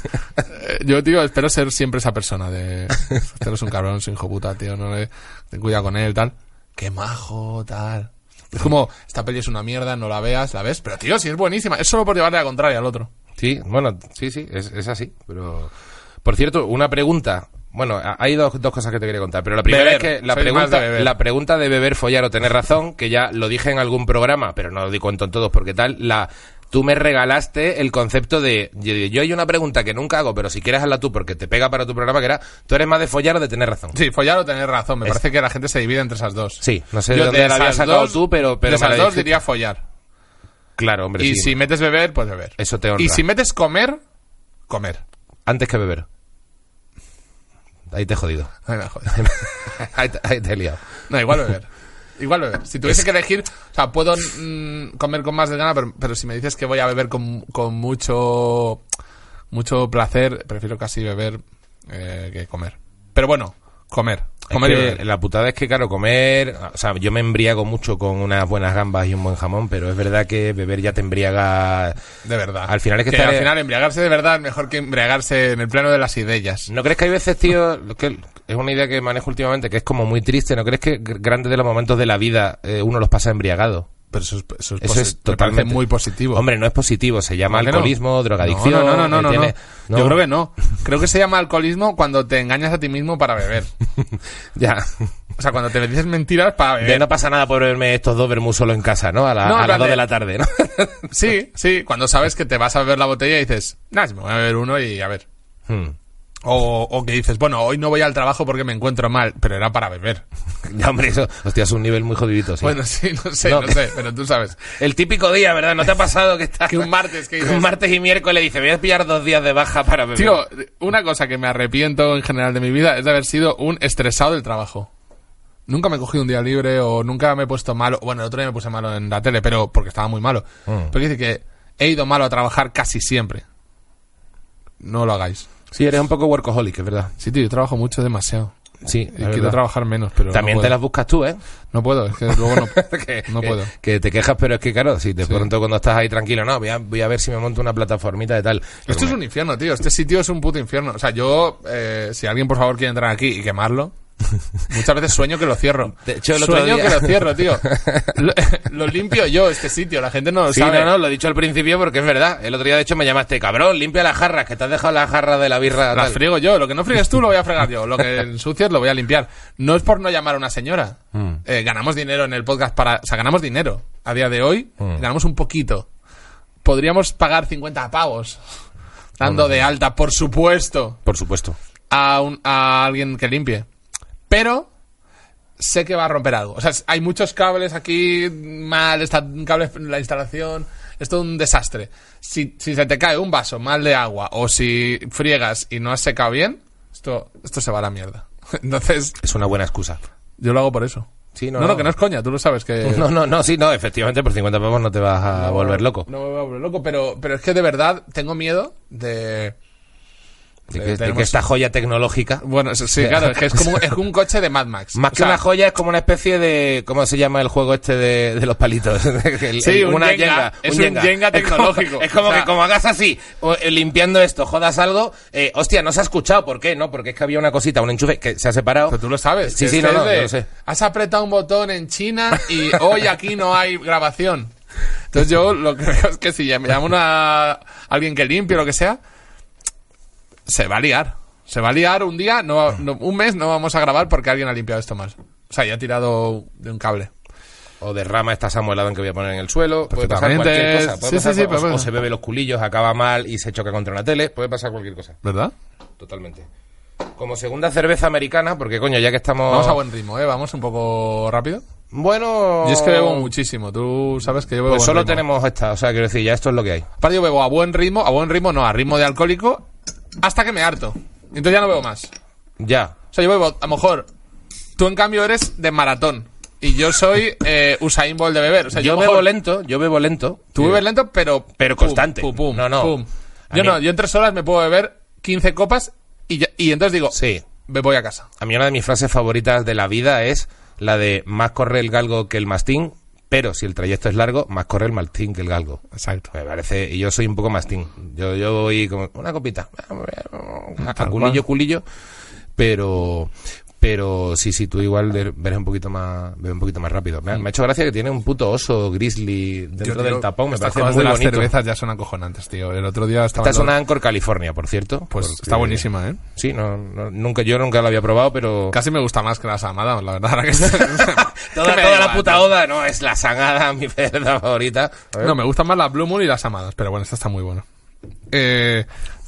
Yo, tío, espero ser siempre esa persona de... Este es un cabrón, es un hijo puta, tío. No le, ten cuidado con él, tal. Qué majo, tal. Es como, esta peli es una mierda, no la veas, la ves. Pero, tío, si es buenísima. Es solo por llevarle la contraria al otro. Sí, bueno, sí, sí, es, es así. Pero, por cierto, una pregunta. Bueno, ha- hay dos, dos cosas que te quería contar, pero la primera Beber. es que la Soy más pregunta, de beber. la pregunta de beber, follar o tener razón, que ya lo dije en algún programa, pero no lo di cuento en todos, porque tal, la, tú me regalaste el concepto de, yo, yo hay una pregunta que nunca hago, pero si quieres hazla tú porque te pega para tu programa, que era, ¿tú eres más de follar o de tener razón? Sí, follar o tener razón. Me Es- parece que la gente se divide entre esas dos. Sí, no sé de Yo dónde la esas habías sacado dos- tú, pero- pero de me esas la dos dijiste. diría follar. Claro, hombre, y sí. si metes beber, pues beber. Eso te honra. Y si metes comer, comer. Antes que beber. Ahí te he jodido. Ay, me jodas. ahí, te, ahí te he liado. No, igual beber. Igual beber. Si tuviese que elegir, o sea, puedo mm, comer con más de gana, pero, pero si me dices que voy a beber con, con mucho, mucho placer, prefiero casi beber eh, que comer. Pero bueno, comer. Es Comer y que beber. la putada es que, claro, comer. O sea, yo me embriago mucho con unas buenas gambas y un buen jamón, pero es verdad que beber ya te embriaga. De verdad. Al final es que Que estar- al final embriagarse de verdad es mejor que embriagarse en el plano de las ideas. ¿No crees que hay veces, tío, lo que es una idea que manejo últimamente, que es como muy triste? ¿No crees que gr- grandes de los momentos de la vida eh, uno los pasa embriagado? Pero eso es, eso es Eso posi- es me totalmente parece muy positivo. Hombre, no es positivo, se llama ¿Por qué no? alcoholismo, drogadicción. No, no, no, no, eh, no, tiene- no. Yo creo que no. Creo que se llama alcoholismo cuando te engañas a ti mismo para beber. Ya. O sea, cuando te dices mentiras para De beber. no pasa nada por verme estos dos vermú solo en casa, ¿no? A, la- Eh. No, a en las plan dos de de- la tarde, ¿no? Sí, sí. Cuando sabes que te vas a beber la botella y dices, nah, si me voy a beber uno y a ver. Hmm. O, o que dices, bueno, hoy no voy al trabajo porque me encuentro mal, pero era para beber. Ya, hombre, eso, hostia, es un nivel muy jodidito, sí. Bueno, sí, no sé, No. no sé, pero tú sabes. El típico día, ¿verdad? ¿No te ha pasado que estás... Que un martes, que que dices, un martes y miércoles dice, voy a pillar dos días de baja para beber. Tío, una cosa que me arrepiento en general de mi vida es de haber sido un estresado del trabajo. Nunca me he cogido un día libre o nunca me he puesto malo. Bueno, el otro día me puse malo en la tele, pero porque estaba muy malo. Pero dice que he ido malo a trabajar casi siempre. No lo hagáis. Sí, eres un poco workaholic, es verdad. Sí, tío, yo trabajo mucho, demasiado. Sí, Y es quiero verdad. trabajar menos, pero También no te puedo. las buscas tú, ¿eh? No puedo, es que luego no, que, no que- puedo. Que te quejas, pero es que claro, si de Sí. pronto cuando estás ahí tranquilo, no, voy a, voy a ver si me monto una plataformita de tal. Esto es un infierno, tío. Este sitio es un puto infierno. O sea, yo, eh, si alguien por favor quiere entrar aquí y quemarlo, muchas veces sueño que lo cierro. De hecho, el otro sueño día- que lo cierro, tío. Lo, lo limpio yo, este sitio. La gente no lo Sí, sabe. no, no, lo he dicho al principio porque es verdad. El otro día, de hecho, me llamaste, cabrón, limpia las jarras, que te has dejado las jarras de la birra. Las tal". friego yo. Lo que no friegues tú lo voy a fregar yo. Lo que ensucias lo voy a limpiar. No es por no llamar a una señora. Eh, ganamos dinero en el podcast para... O sea, ganamos dinero. A día de hoy ganamos un poquito. Podríamos pagar 50 pavos. Dando de alta, por supuesto. Por supuesto. a, un- a alguien que limpie. Pero sé que va a romper algo. O sea, hay muchos cables aquí mal, está cables la instalación, es todo un desastre. Si, si se te cae un vaso mal de agua o si friegas y no has secado bien, esto, esto se va a la mierda. Entonces, Es una buena excusa. yo lo hago por eso. Sí, no, no, no. que no es coña, tú lo sabes que... No, no, no, sí, no, efectivamente, por 50 pavos no te vas a volver loco. No me voy a volver loco, pero, pero es que de verdad tengo miedo de... De que, Eh, de que tenemos- esta joya tecnológica. Bueno, eso sí, claro, es que es como es un coche de Mad Max. Más O que sea, una joya es como una especie de... ¿Cómo se llama el juego este de, de los palitos? El- Sí, el- un Jenga. Es un Jenga Es como- tecnológico. Es como, O sea- que como hagas así, o, eh, limpiando esto, jodas algo... eh, hostia, no se ha escuchado. ¿Por qué? No, porque es que había una cosita, un enchufe que se ha separado. Pero tú lo sabes. Sí, que sí, es no, que no, es de, yo lo sé. Has apretado un botón en China y hoy aquí no hay grabación. Entonces yo lo que veo es que si me llama una, alguien que limpie o lo que sea, se va a liar. Se va a liar un día, no, no- un mes no vamos a grabar porque alguien ha limpiado esto mal. O sea, ya ha tirado de un cable. O derrama esta samuelada que voy a poner en el suelo. Puede pasar Perfectamente. cualquier cosa. Puede Sí, pasar sí, sí, cual- o, pero o bueno. se bebe los culillos, acaba mal y se choca contra una tele. Puede pasar cualquier cosa. ¿Verdad? Totalmente. Como segunda cerveza americana, porque coño, ya que estamos... Vamos a buen ritmo, ¿eh? Vamos un poco rápido. Bueno... Yo es que bebo muchísimo. Tú sabes que yo bebo Pues a buen solo ritmo. tenemos esta, o sea, quiero decir, ya esto es lo que hay. Aparte yo bebo a buen ritmo, a buen ritmo no, a ritmo de alcohólico, hasta que me harto. Entonces ya no bebo más. Ya. O sea, yo bebo, a lo mejor. Tú, en cambio, eres de maratón. Y yo soy eh, Usain Bolt de beber. O sea, yo yo, a lo bebo mejor- lento, yo bebo lento. Tú Sí. bebes lento, pero. Pero pum, constante. Pum, pum, No, no. pum. A Yo mí- no, yo en tres horas me puedo beber 15 copas y, ya- y entonces digo, Sí. me voy a casa. A mí una de mis frases favoritas de la vida es la de más corre el galgo que el mastín, pero si el trayecto es largo, más corre el mastín que el galgo. Exacto. Me parece, y yo soy un poco mastín. Yo, yo voy como una copita. A Tal culillo, cual. culillo. Pero, pero sí, sí, tú igual de- verás un poquito más, bebes un poquito más rápido. Me ha, me ha hecho gracia que tiene un puto oso grizzly dentro del tapón. Me parece muy de las bonito. cervezas ya son acojonantes, tío. El otro día estaba. Esta es una Anchor California, por cierto. Pues porque- está buenísima, ¿eh? Sí, no, no- nunca, yo nunca la había probado, pero. Casi me gusta más que las amadas, la verdad. ahora que- Toda, toda Me da la igual, puta tío. oda, no, es la sangada, mi cerda favorita. A ver. No, me gustan más las Blue Moon y las amadas, pero bueno, esta está muy buena. Eh,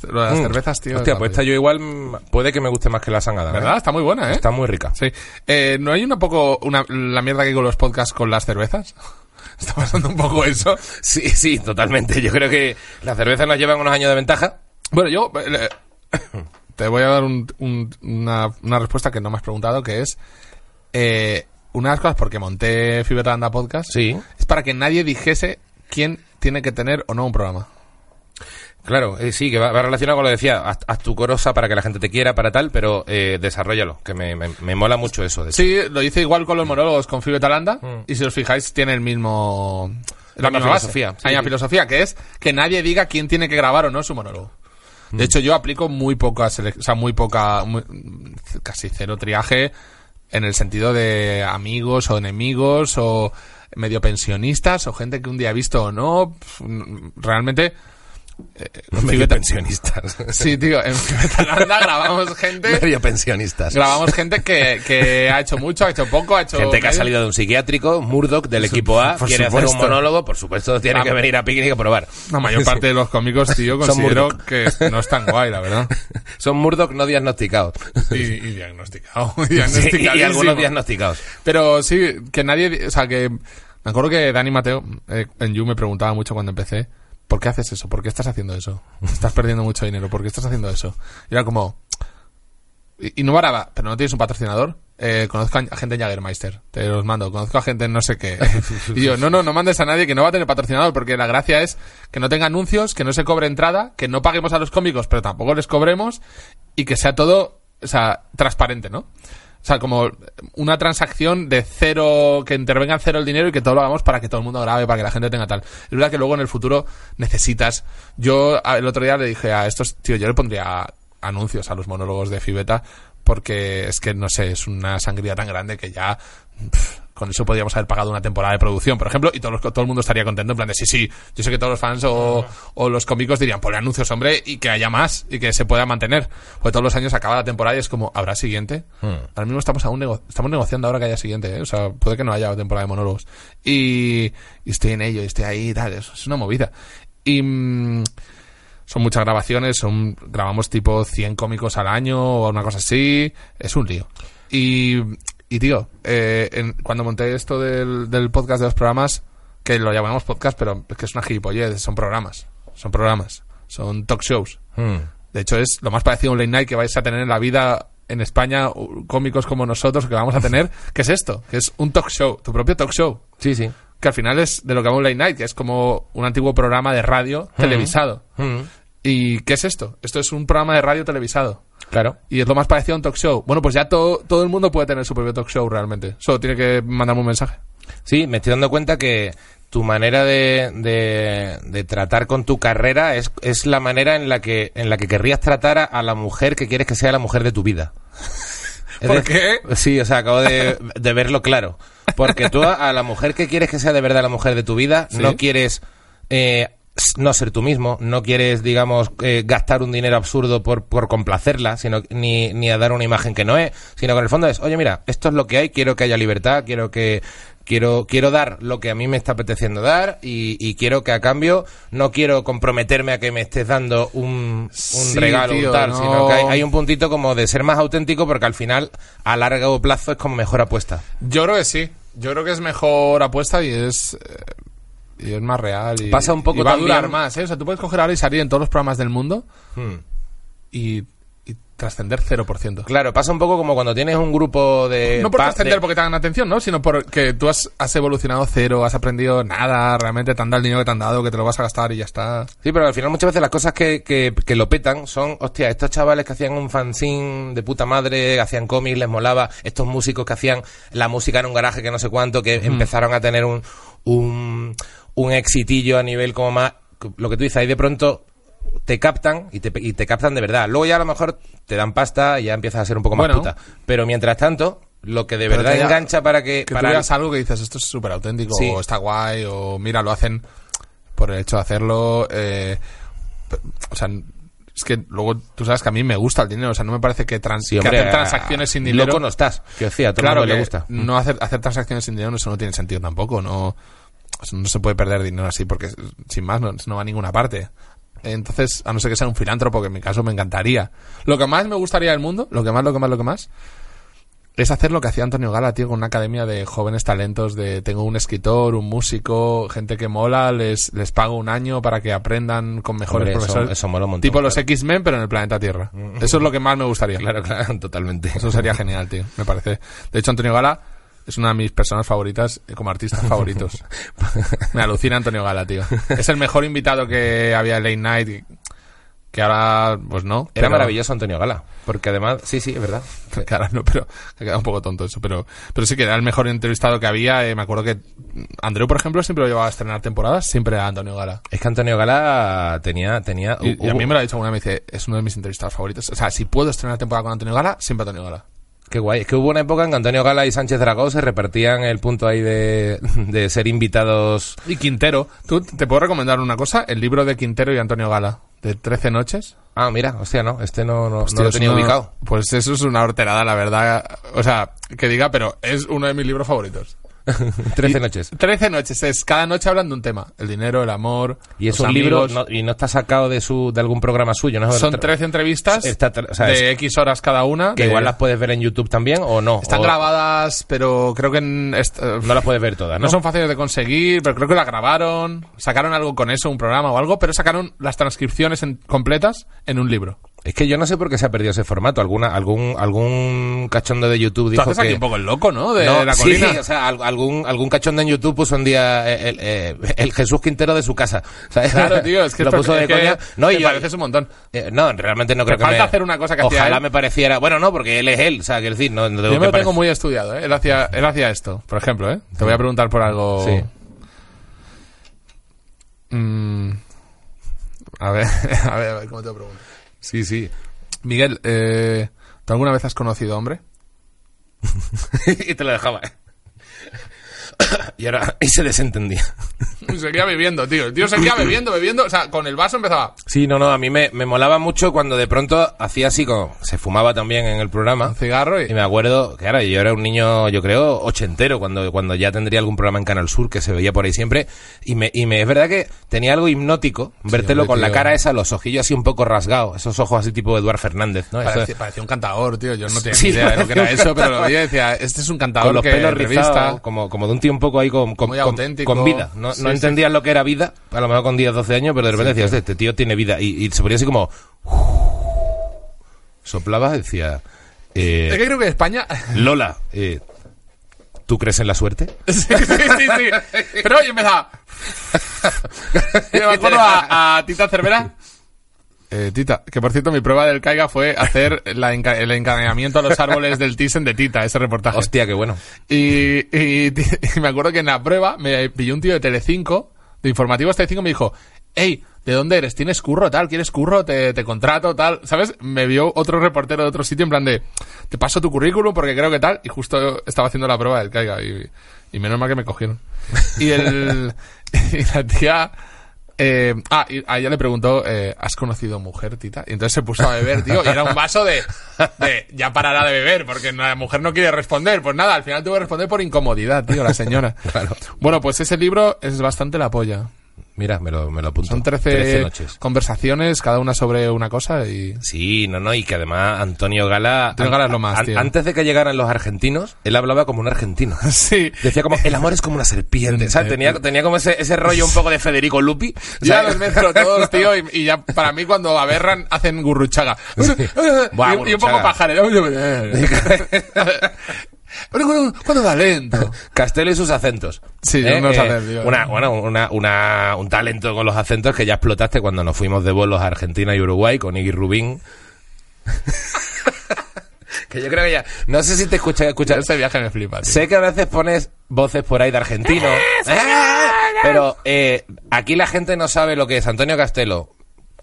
lo de las Mm. cervezas, tío. Hostia, es pues la esta yo igual mm, puede que me guste más que la sangada. ¿eh? ¿Verdad? Está muy buena, ¿eh? Está muy rica. Sí. Eh, ¿No hay un poco una, la mierda que hay con los podcasts con las cervezas? Está pasando un poco eso. Sí, sí, totalmente. Yo creo que las cervezas nos llevan unos años de ventaja. Bueno, yo eh, te voy a dar un- un- una, una respuesta que no me has preguntado, que es eh, una de las cosas porque monté Fiberlanda Podcast Sí. es para que nadie dijese quién tiene que tener o no un programa. Claro, eh, sí, que va, va relacionado con lo que decía, haz, haz tu corosa para que la gente te quiera, para tal, pero eh, desarrollalo, que me, me- me mola mucho eso. De hecho. Sí, lo hice igual con los monólogos con Fibre Talanda. Mm. Y si os fijáis, tiene el mismo. La misma base. filosofía, sí, Hay una sí. filosofía que es que nadie diga quién tiene que grabar o no su monólogo. Mm. De hecho, yo aplico muy poca, selec- o sea, muy poca, muy- casi cero triaje en el sentido de amigos o enemigos o medio pensionistas o gente que un día ha visto o no. Pf, n- Realmente, Medio pensionistas. sí, tío, en Fibre Talanda grabamos gente Medio pensionistas. Grabamos gente que, que ha hecho mucho, ha hecho poco, ha hecho. Gente que ha medio. salido de un psiquiátrico, Murdoch del equipo A, por quiere hacer un supuesto. monólogo, por supuesto tiene que Ah, venir a Picnic a probar. La mayor parte de los cómicos, tío, Son considero Murdoch. que no es tan guay, la verdad. Son Murdoch no diagnosticados. Y, y diagnosticado. Sí, y diagnosticadísimo. algunos diagnosticados. Pero sí, que nadie. O sea, que. Me acuerdo que Dani Mateo eh, en You me preguntaba mucho cuando empecé: ¿por qué haces eso? ¿Por qué estás haciendo eso? Estás perdiendo mucho dinero, ¿por qué estás haciendo eso? Y era como. Y, y no paraba, pero no tienes un patrocinador. Eh, conozco a gente en Jagermeister, te los mando. Conozco a gente en no sé qué. Y yo, no, no, no mandes a nadie que no va a tener patrocinador, porque la gracia es que no tenga anuncios, que no se cobre entrada, que no paguemos a los cómicos, pero tampoco les cobremos y que sea todo, o sea, transparente, ¿no? O sea, como una transacción de cero, que intervengan cero el dinero y que todo lo hagamos para que todo el mundo grabe, para que la gente tenga tal. Es verdad que luego en el futuro necesitas. Yo a- el otro día le dije a estos, tío, yo le pondría anuncios a los monólogos de Fibeta porque es que, no sé, es una sangría tan grande que ya pf, con eso podríamos haber pagado una temporada de producción, por ejemplo, y todos los- todo el mundo estaría contento en plan de sí, sí, yo sé que todos los fans o, o los cómicos dirían, ponle anuncios, hombre, y que haya más y que se pueda mantener. Porque todos los años acaba la temporada y es como, ¿habrá siguiente? Ahora mismo estamos aún nego- estamos negociando ahora que haya siguiente, ¿eh? o sea, puede que no haya temporada de monólogos. Y, y estoy en ello, y estoy ahí, y tal, es, es una movida. Y... mm, son muchas grabaciones, son grabamos tipo 100 cómicos al año o una cosa así, es un lío. Y, y tío, eh, en- cuando monté esto del, del podcast de los programas, que lo llamamos podcast, pero es que es una gilipollez, son programas, son programas, son talk shows. Mm. De hecho, es lo más parecido a un late night que vais a tener en la vida en España, u- cómicos como nosotros que vamos a tener, que es esto, que es un talk show, tu propio talk show Sí, sí. que al final es de lo que hago un late night, que es como un antiguo programa de radio televisado. Hmm. ¿Y qué es esto? Esto es un programa de radio televisado. Claro. Y es lo más parecido a un talk show. Bueno, pues ya to- todo el mundo puede tener su propio talk show realmente. Solo tiene que mandarme un mensaje. Sí, me estoy dando cuenta que tu manera de, de, de tratar con tu carrera es, es la manera en la que en la que querrías tratar a, a la mujer que quieres que sea la mujer de tu vida. Es de- ¿Por qué? Sí, o sea, acabo de, de verlo claro. Porque tú a, a la mujer que quieres que sea de verdad la mujer de tu vida, no quieres eh, s- no ser tú mismo, no quieres, digamos, eh, gastar un dinero absurdo por, por complacerla, sino ni, ni a dar una imagen que no es, sino que en el fondo es, oye, mira, esto es lo que hay, quiero que haya libertad, quiero que quiero quiero dar lo que a mí me está apeteciendo dar y, y quiero que a cambio no quiero comprometerme a que me estés dando un, un Sí, regalo un tío, tal, no. sino que hay, hay un puntito como de ser más auténtico porque al final a largo plazo es como mejor apuesta. Yo creo que sí. Yo creo que es mejor apuesta y es. eh, y es más real. Y, Pasa un poco y va a también- durar más, ¿eh? O sea, tú puedes coger ahora y salir en todos los programas del mundo y, y trascender 0%. Hmm. Claro, pasa un poco como cuando tienes un grupo de no por pa- trascender de- porque te hagan atención, ¿no? Sino porque tú has, has evolucionado cero, has aprendido nada, realmente te han dado el dinero que te han dado, que te lo vas a gastar y ya está. Sí, pero al final muchas veces las cosas que, que, que lo petan son, hostia, estos chavales que hacían un fanzine de puta madre, hacían cómics, les molaba, estos músicos que hacían la música en un garaje que no sé cuánto, que empezaron a tener un, un, un exitillo a nivel como más, lo que tú dices, ahí de pronto te captan y te, y te captan de verdad. Luego ya a lo mejor te dan pasta y ya empiezas a ser un poco más Bueno. puta. Pero mientras tanto, lo que de Pero verdad que ya- engancha para que... Que para tú veas algo que dices, esto es súper auténtico, Sí. o está guay, o mira, lo hacen por el hecho de hacerlo. eh, p- o sea, es que luego tú sabes que a mí me gusta el dinero, o sea, no me parece que, trans Sí, que hombre, hacer transacciones sin dinero. Loco no estás. Que decía, a todo el claro mundo le que mm, gusta. Mm. No hacer, hacer transacciones sin dinero, eso no tiene sentido tampoco. No, o sea, no se puede perder dinero así porque, sin más, no, no va a ninguna parte. Entonces, a no ser que sea un filántropo, que en mi caso me encantaría. Lo que más me gustaría del mundo, lo que más, lo que más, lo que más, es hacer lo que hacía Antonio Gala, tío, con una academia de jóvenes talentos, de tengo un escritor, un músico, gente que mola, les, les pago un año para que aprendan con mejores Hombre, eso- profesores. eso mola un montón, tipo los claro. Mm. X-Men, pero en el planeta Tierra. Eso es lo que más me gustaría. Claro, claro, totalmente. Eso sería genial, tío, me parece. De hecho, Antonio Gala es una de mis personas favoritas eh, como artistas favoritos. Me alucina Antonio Gala, tío. Es el mejor invitado que había en Late Night, que- que ahora, pues no. Era pero- maravilloso Antonio Gala, porque además, sí, sí, es verdad. que ahora no, pero ha quedado un poco tonto eso. Pero, pero sí que era el mejor entrevistado que había. eh, me acuerdo que Andreu, por ejemplo, siempre lo llevaba a estrenar temporadas, siempre era Antonio Gala. Es que Antonio Gala tenía... tenía Y, y a hubo- mí me lo ha dicho alguna vez, me dice, es uno de mis entrevistados favoritos. O sea, si puedo estrenar temporada con Antonio Gala, siempre Antonio Gala. Qué guay. Es que hubo una época en que Antonio Gala y Sánchez Dragó se repartían el punto ahí de, de ser invitados. Y Quintero, ¿tú te puedo recomendar una cosa? El libro de Quintero y Antonio Gala, de 13 noches. Ah, mira, hostia, no, este no, no, no Tío, lo es tenía una- ubicado. Pues eso es una horterada, la verdad. O sea, que diga, pero es uno de mis libros favoritos. Trece noches. 13 noches, es cada noche hablan de un tema. El dinero, el amor. Y es los un libro amigos. no- y no está sacado de su de algún programa suyo, ¿no? Son Tra- 13 entrevistas Está tra- o sea, de X horas cada una. Que de- igual las puedes ver en YouTube también o no. están o grabadas, pero creo que en est- eh, No las puedes ver todas, ¿no? no son fáciles de conseguir, pero creo que la grabaron, sacaron algo con eso, un programa o algo, pero sacaron las transcripciones en- completas en un libro. Es que yo no sé por qué se ha perdido ese formato. Alguna, algún, algún cachondo de YouTube Tú dijo haces que... aquí un poco el loco, ¿no? De No, la sí, colina. sí, o sea, al- algún, algún cachondo en YouTube puso un día eh, el, el- el Jesús Quintero de su casa. ¿sabes? Claro, tío, es que lo esto- puso es de que coña. No, y me yo- pareces un montón. Eh, no, realmente no creo que falta me... hacer una cosa que hacía Ojalá él. me pareciera... Bueno, no, porque él es él, o sea, quiero decir, no, no tengo Yo que me lo tengo parec- muy estudiado, ¿eh? Él hacía, él hacía esto, por ejemplo, ¿eh? Te voy a preguntar por algo... Sí. Mm, a ver, a ver, a ver, ¿cómo te lo pregunto? Sí, sí. Miguel, eh, ¿tú alguna vez has conocido a hombre? y te lo dejaba. eh. y ahora... Y se desentendía. Y seguía bebiendo, tío. El tío seguía bebiendo, bebiendo. O sea, con el vaso empezaba. Sí, no, no, a mí me, me molaba mucho cuando de pronto hacía así como... Se fumaba también en el programa. Un cigarro Y y. me acuerdo, claro, yo era un niño, yo creo, ochentero, cuando, cuando ya tendría algún programa en Canal Sur que se veía por ahí siempre. Y me, y me es verdad que tenía algo hipnótico, vértelo hombre, con la tío. cara esa, los ojillos así un poco rasgados, esos ojos así tipo Eduard Fernández, ¿no? Eso- Parecía, parecía un cantador, tío. Yo no tenía Sí, ni idea de lo que era parecía un eso, pero lo veía y decía, este es un cantador con los que pelos entrevista. rizados, como, como de un tío un poco ahí con, con, Muy con- auténtico. con vida. No, Sí, no sí. entendías lo que era vida, a lo mejor con 10, 12 años, pero de repente decías, este tío tiene vida. Y, y se ponía así como... Soplabas y decía... eh, Es que creo que España. Lola, eh, ¿tú crees en la suerte? sí, sí, sí, sí. Pero oye, empezaba. Y me acuerdo a, a Tita Cervera. Eh, tita, que por cierto mi prueba del Caiga fue hacer la enca- el encadenamiento a los árboles del Thyssen de Tita, ese reportaje. Hostia, qué bueno. Y, y- y me acuerdo que en la prueba me pilló un tío de Telecinco, de Informativos Telecinco, y me dijo, hey, ¿de dónde eres? ¿Tienes curro tal? ¿Quieres curro? Te, te contrato tal. ¿Sabes? Me vio otro reportero de otro sitio en plan de, te paso tu currículum porque creo que tal. Y justo estaba haciendo la prueba del caiga y, y menos mal que me cogieron. Y, el, y la tía... eh, ah, y a ella le preguntó, eh, ¿has conocido mujer, tita? Y entonces se puso a beber, tío, y era un vaso de, de, ya parará de beber, porque la mujer no quiere responder. Pues nada, al final tuvo que responder por incomodidad, tío, la señora. Claro. Bueno, pues ese libro es bastante la polla. Mira, me lo, me lo apunto. Son 13, noches. conversaciones, cada una sobre una cosa y... Sí, no, no, y que además Antonio Gala... Antonio Gala es lo más, tío. Antes de que llegaran los argentinos, él hablaba como un argentino. Sí. Decía como, el amor es como una serpiente, ¿sabes? Tenía, tenía como ese, ese rollo un poco de Federico Lupi. Ya ¿sabes? los mezclo todos, tío, y, y ya para mí cuando aberran hacen gurruchaga. Buah, y, y un poco gurruchaga. pajarero. Pero cuando da lento. Castelo y sus acentos. ¿Eh? Sí, unos acentos. Una, bueno, una, una- un talento con los acentos que ya explotaste cuando nos fuimos de bolos a Argentina y Uruguay con Iggy Rubín. que yo creo que ya. No sé si te escuché escuchar. Este viaje me flipa, tío. Sé que a veces pones voces por ahí de argentino. ¡Eh! Pero eh, aquí la gente no sabe lo que es Antonio Castelo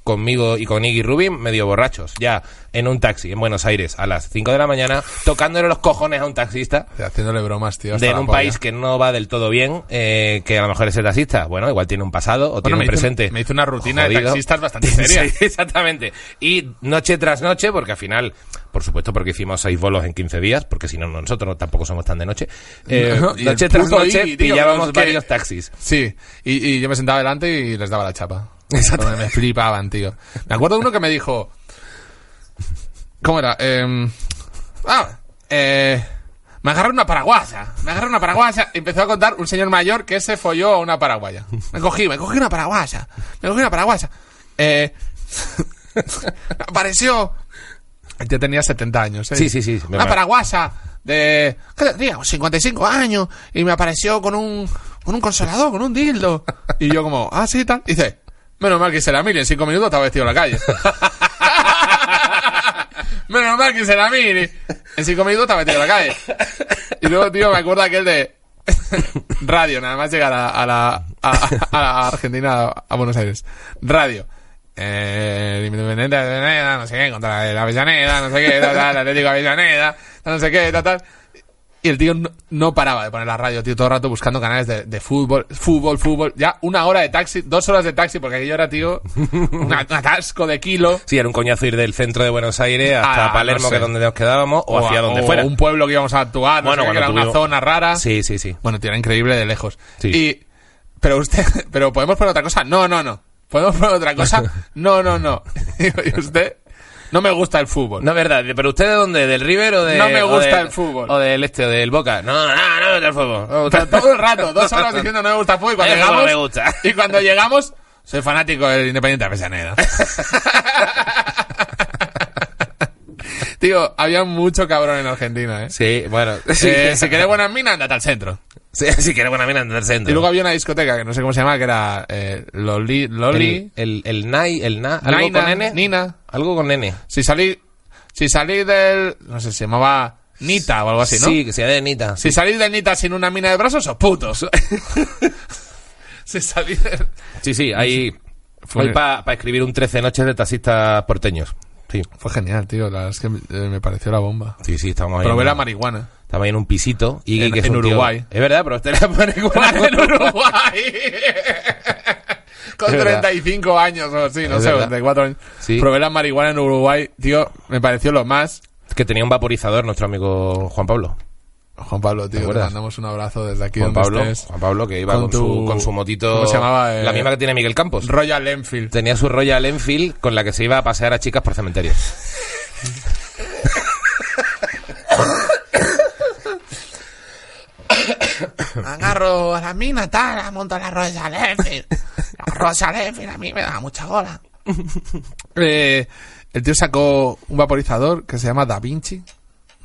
conmigo y con Iggy Rubin medio borrachos, ya en un taxi en Buenos Aires a las 5 de la mañana, tocándole los cojones a un taxista Haciéndole bromas, tío. hasta de en la un polla. país que no va del todo bien, eh, que a lo mejor es el taxista. Bueno, igual tiene un pasado o tiene Bueno, un me hizo- presente. me hizo una rutina de taxistas bastante Sí, seria. exactamente. Y noche tras noche, porque al final, por supuesto, porque hicimos seis bolos en 15 días, porque si no, nosotros no- tampoco somos tan de noche. Eh, No, y el noche tras puto noche Iggy, tío, pillábamos es que- varios taxis. Sí, y, y yo me sentaba delante y les daba la chapa. Exacto. Joder, Me flipaban, tío. Me acuerdo de uno que me dijo... ¿Cómo era? Eh, ah, eh, me agarraron una paraguasa. Me agarraron una paraguasa. Y empezó a contar un señor mayor que se folló a una paraguaya. Me cogí, me cogí una paraguasa. Me cogí una paraguasa. Eh, apareció... Ya tenía 70 años, ¿eh? Sí, sí, sí, me Una pare- paraguasa de ¿qué tendría? 55 años y me apareció con un con un consolador, con un dildo. Y yo como, ah, sí, tal. Y dice, menos mal que se la mire, en cinco minutos estaba vestido en la calle. menos mal que se la mire. En cinco minutos estaba vestido en la calle. Y luego, tío, me acuerdo aquel de radio, nada más llegar a, a la, a, a la Argentina, a Buenos Aires. Radio. Eh, el Independiente de Avellaneda, no sé qué, contra el Avellaneda, no sé qué, tal, tal, el Atlético de Avellaneda, tal, no sé qué, tal, tal. Y el tío no, no paraba de poner la radio, tío, todo el rato buscando canales de, de fútbol, fútbol, fútbol. Ya una hora de taxi, dos horas de taxi, porque aquello era, tío, un atasco de kilo. Sí, era un coñazo ir del centro de Buenos Aires hasta Ah, Palermo, no sé. que es donde nos quedábamos, o, hacia a- donde o fuera. un pueblo que íbamos a actuar, no Bueno, sé qué, cuando que era una tuvimos- zona rara. Sí, sí, sí. Bueno, tío, era increíble de lejos. Sí. Y, pero usted, pero podemos poner otra cosa. No, no, no. Podemos poner otra cosa. No, no, no. Digo, y usted, no me gusta el fútbol. No, es verdad. ¿Pero usted de dónde? ¿Del River o de...? No me o gusta del- el fútbol. O del este, o del Boca. No, no, no, no me gusta el fútbol. No me gusta Pero el todo el fútbol. rato, dos horas diciendo no me gusta el fútbol y cuando El fútbol llegamos. me gusta. Y cuando llegamos, soy fanático del Independiente Avellaneda. Tío, había mucho cabrón en Argentina, ¿eh? Sí, bueno. Eh, si querés buenas minas, andate al centro. Sí, si quieres buena mina, anda al centro. Y luego había una discoteca que no sé cómo se llamaba, que era eh, Loli. Loli el, el, el Nai, el Na... ¿Algo Naina, con N? Nina. Algo con N. Si salí, si salí del. No sé, se llamaba Nita o algo así, ¿no? Sí, que sea de Nita. Si salís del Nita sin una mina de brazos, sos putos. si salís del. Sí, sí, hay... Fue- para escribir un 13 noches de taxistas porteños. Sí. Fue genial, tío. La verdad es que eh, me pareció la bomba. Sí, sí, estamos ahí. Probé en- la marihuana. Estamos ahí en un pisito. Y En- que es en un tío- Uruguay. Es verdad, pero usted la pone igual en Uruguay. Con Es verdad. 35 años o así, no Es sé, verdad. 34 años. Sí. Probé la marihuana en Uruguay, tío. Me pareció lo más. Que tenía un vaporizador nuestro amigo Juan Pablo. Juan Pablo, tío, te acuerdas? mandamos un abrazo desde aquí. Juan donde Pablo, estés. Juan Pablo que iba Con con, tu- su, con su motito. ¿cómo se llamaba, eh? La misma que tiene Miguel Campos. Royal Enfield. Tenía su Royal Enfield con la que se iba a pasear a chicas por cementerios. Agarro a la mina, tal, monto la Royal Enfield. La Royal Enfield a mí me da mucha gola. Eh, el tío sacó un vaporizador que se llama Da Vinci.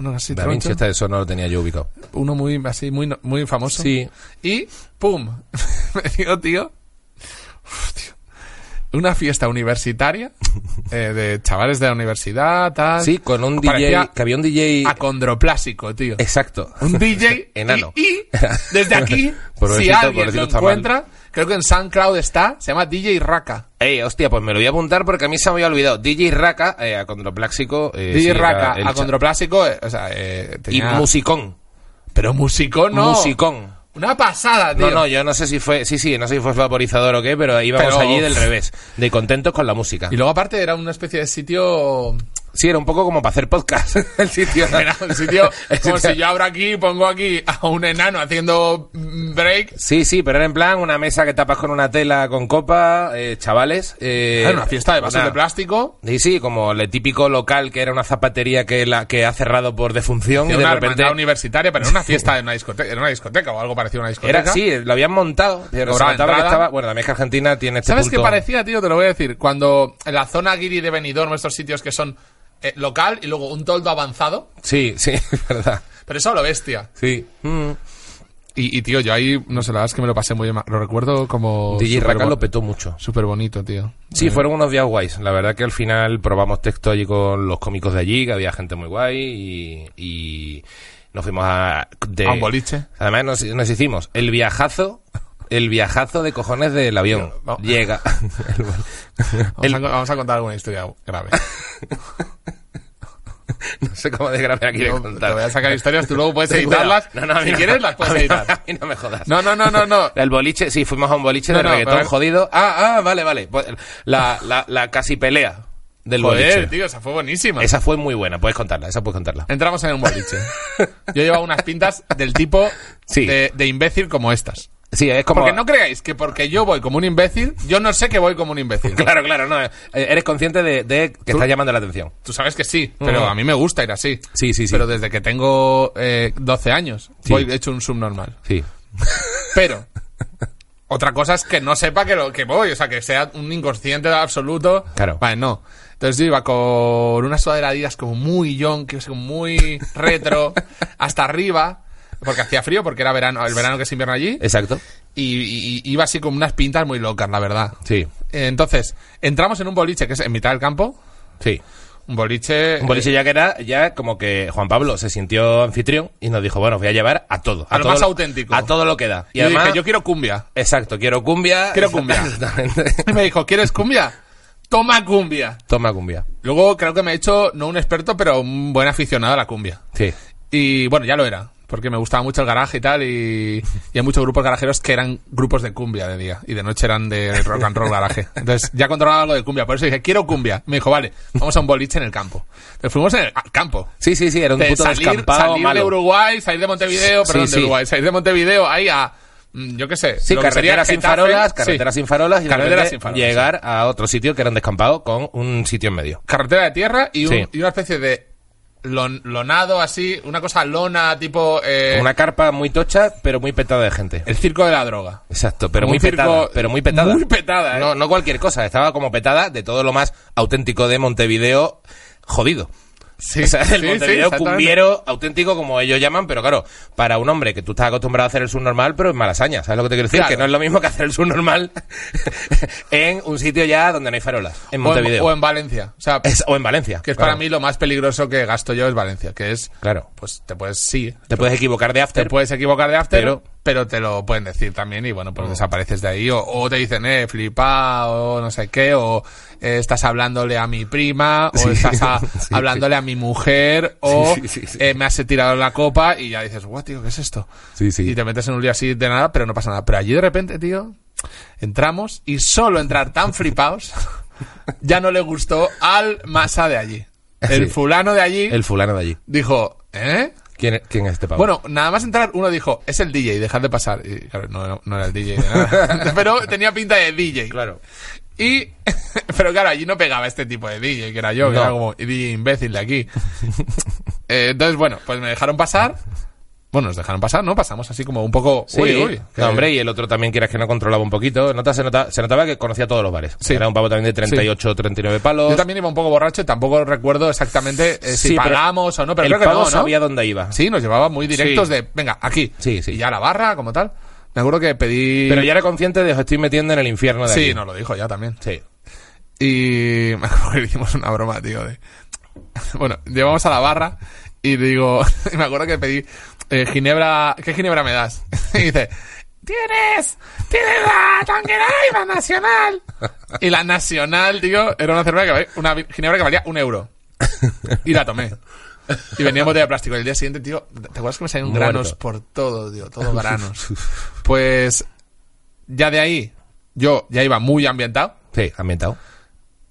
Uno así, Da Vinci, troncho. este, eso no lo tenía yo ubicado. uno muy así, muy, no- muy famoso. Sí. Y ¡pum! me dio, tío, uf, tío, una fiesta universitaria eh, de chavales de la universidad, tal. Sí, con un Parecía DJ. Que había un DJ. Acondroplásico, tío. Exacto. Un DJ Enano. Y, y desde aquí, si Pobrecito, alguien pobrecito lo está mal. encuentra, creo que en SoundCloud está, se llama DJ Raka. Ey, hostia, pues me lo voy a apuntar porque a mí se me había olvidado. DJ Raka, eh, acondropláxico. eh, sí, DJ era Raka, el cha- acondroplásico, eh, o sea, eh, Y tenía... musicón. Pero musicón no. Musicón. Una pasada, tío. No, no, yo no sé si fue, sí, sí, no sé si fue vaporizador o qué, pero íbamos Pero- allí del revés, de contentos con la música. Y luego aparte era una especie de sitio Sí, era un poco como para hacer podcast el sitio. Era un sitio El como sitio- si yo abro aquí y pongo aquí a un enano haciendo mm, break. Sí, sí, pero era en plan una mesa que tapas con una tela con copa, eh, chavales. eh, Era una fiesta de vasos una- de plástico. Sí, sí, como el típico local que era una zapatería que, la, que ha cerrado por defunción y Era de una repente... hermandad universitaria, pero era una fiesta de una discoteca, era una discoteca o algo parecido a una discoteca. Era así, lo habían montado, pero se Cobraba notaba que entrada. estaba... Bueno, la mezcla argentina tiene este ¿Sabes qué punto... parecía, tío? Te lo voy a decir. Cuando en la zona guiri de Benidorm, estos sitios que son eh, local y luego un toldo avanzado, Sí, sí, es verdad. pero eso a lo bestia. Sí. Mm. Y, y, tío, yo ahí, no sé, la verdad es que me lo pasé muy bien. Lo recuerdo como... DJ súper Raka bo- lo petó mucho. Súper bonito, tío. Sí, fueron unos días guays. La verdad que al final probamos texto allí con los cómicos de allí, que había gente muy guay y, y nos fuimos a... de- A un boliche. Además nos, nos hicimos el viajazo, el viajazo de cojones del avión. Vamos. Llega. El bol- Vamos, a, vamos a contar alguna historia grave. no sé cómo de grave aquí de Yo contar. Te voy a sacar historias, tú luego puedes Sí, bueno, editarlas. no, no, a mí si no- quieres, las puedes a mí no- editar. a mí no me jodas. No, no, no, no, no. El boliche, sí, fuimos a un boliche No, de no, reggaetón pero- jodido. Ah, ah, vale, vale. Pues, La, la, la casi pelea del boliche. Joder, tío, esa fue buenísima. Esa fue muy buena, puedes contarla, esa puedes contarla. Entramos en un boliche. Yo llevaba unas pintas del tipo Sí. de, de imbécil como estas. Sí, es como... Porque no creáis que porque yo voy como un imbécil, yo no sé que voy como un imbécil. Claro, claro, no. eh, Eres consciente de, de que está llamando la atención. Tú sabes que sí, pero Ujú. a mí me gusta ir así. Sí, sí, sí. Pero desde que tengo eh, 12 años, Sí. voy hecho un subnormal. Sí. Pero Otra cosa es que no sepa que lo que voy, o sea, que sea un inconsciente absoluto. Claro. Vale, no. Entonces yo iba con una sudadera Adidas como muy yonki, o sea, como muy retro, hasta arriba, porque hacía frío, porque era verano, el verano que es invierno allí, Exacto. y, y- y iba así con unas pintas muy locas, la verdad. Sí. Entonces, entramos en un boliche que es en mitad del campo, Sí. un boliche... eh, Un boliche ya que era, ya como que Juan Pablo se sintió anfitrión y nos dijo, bueno, os voy a llevar a todo. A lo todo más auténtico. A todo lo que da. Y Y además, yo quiero cumbia. exacto, quiero cumbia. Quiero cumbia. Exactamente. Y me dijo, ¿quieres cumbia? Toma cumbia. Toma cumbia. Luego creo que me he hecho, no un experto, pero un buen aficionado a la cumbia. Sí. Y bueno, ya lo era, porque me gustaba mucho el garaje y tal, y, y hay muchos grupos garajeros que eran grupos de cumbia de día, y de noche eran de rock and roll garaje. Entonces ya controlaba lo de cumbia, por eso dije, quiero cumbia. Me dijo, vale, vamos a un boliche en el campo. Entonces fuimos en el, al campo. Sí, sí, sí, era un De puto salir, descampado salir de malo. Uruguay, salir de Montevideo, Sí, perdón, sí. de Uruguay, salir de Montevideo ahí a, mm, yo qué sé, Sí, lo que sería carreteras sin Getafe, farolas, sí. carreteras sin farolas y de Carreteras repente sin farolas, llegar a otro sitio que era un descampado con un sitio en medio. carretera de tierra y, un- Sí. y una especie de lon- lonado así, una cosa lona tipo eh, Una carpa muy tocha, pero muy petada de gente. el circo de la droga. Exacto, pero Como muy un circo petada, pero muy petada. muy petada, ¿eh? No, no cualquier cosa, estaba como petada de todo lo más auténtico de Montevideo jodido. Sí, o sea, el sí, sí, Montevideo exactamente. cumbiero auténtico, como ellos llaman, pero claro, para un hombre que tú estás acostumbrado a hacer el subnormal, pero en Malasaña, ¿sabes lo que te quiero decir? Claro. Que no es lo mismo que hacer el subnormal en un sitio ya donde no hay farolas, en O en- Montevideo. O en, Valencia. O sea, Es- o en Valencia. que es claro. para mí lo más peligroso que gasto yo es Valencia, que es Claro. pues te puedes sí, Te puedes equivocar de after. te puedes equivocar de after, Pero- pero, te lo pueden decir también y bueno, pues desapareces de ahí o, o te dicen, "Eh, flipa" o no sé qué o eh, estás hablándole a mi prima o Sí, estás a- sí, hablándole a mi mujer o Sí, sí, sí, sí. eh, me has tirado la copa y ya dices, "Guau, tío, ¿qué es esto?" Sí, sí. Y te metes en un lío así de nada, pero no pasa nada. Pero allí de repente, tío, entramos y solo entrar tan flipados ya no le gustó al masa de allí. El Sí. fulano de allí El fulano de allí. dijo, ¿eh? ¿Quién, es- quién es este pavo? Bueno, nada más entrar, uno dijo, es el DJ, dejad de pasar. Y claro, no, no era el DJ, de nada. pero tenía pinta de DJ. claro. Y, pero claro, allí no pegaba este tipo de DJ, que era yo, que No. era como DJ imbécil de aquí. Eh, entonces, bueno, pues me dejaron pasar. Bueno, nos dejaron pasar, ¿no? Pasamos así como un poco... Sí, uy, uy, que- no, hombre, y el otro también, quieras que no controlaba un poquito. Nota, se, nota- se notaba que conocía todos los bares. Sí. Era un pavo también de 38 39 palos. Yo también iba un poco borracho y tampoco recuerdo exactamente eh, si Sí, pero pagamos o no, pero el creo que pavo no, ¿no? sabía dónde iba. Sí, nos llevaba muy directos Sí. de, venga, aquí. Sí, sí. Y ya la barra, como tal. Me acuerdo que pedí... Pero ya era consciente de que estoy metiendo en el infierno de Sí, aquí". nos lo dijo ya también. Sí. Y me acuerdo que hicimos una broma, tío, de... Bueno, llevamos a la barra y digo... Y me acuerdo que pedí... eh, ginebra... ¿Qué ginebra me das? Y dice... ¡Tienes! ¡Tienes la Tangeraiba Nacional! Y la Nacional, tío, era una, cerveza que valía- una ginebra que valía un euro. Y la tomé. Y venía en botella de plástico. Y el día siguiente, tío, ¿te acuerdas que me salían Muerto. granos por todo, tío? Todo granos. Pues ya de ahí, yo ya iba muy ambientado. Sí, ambientado.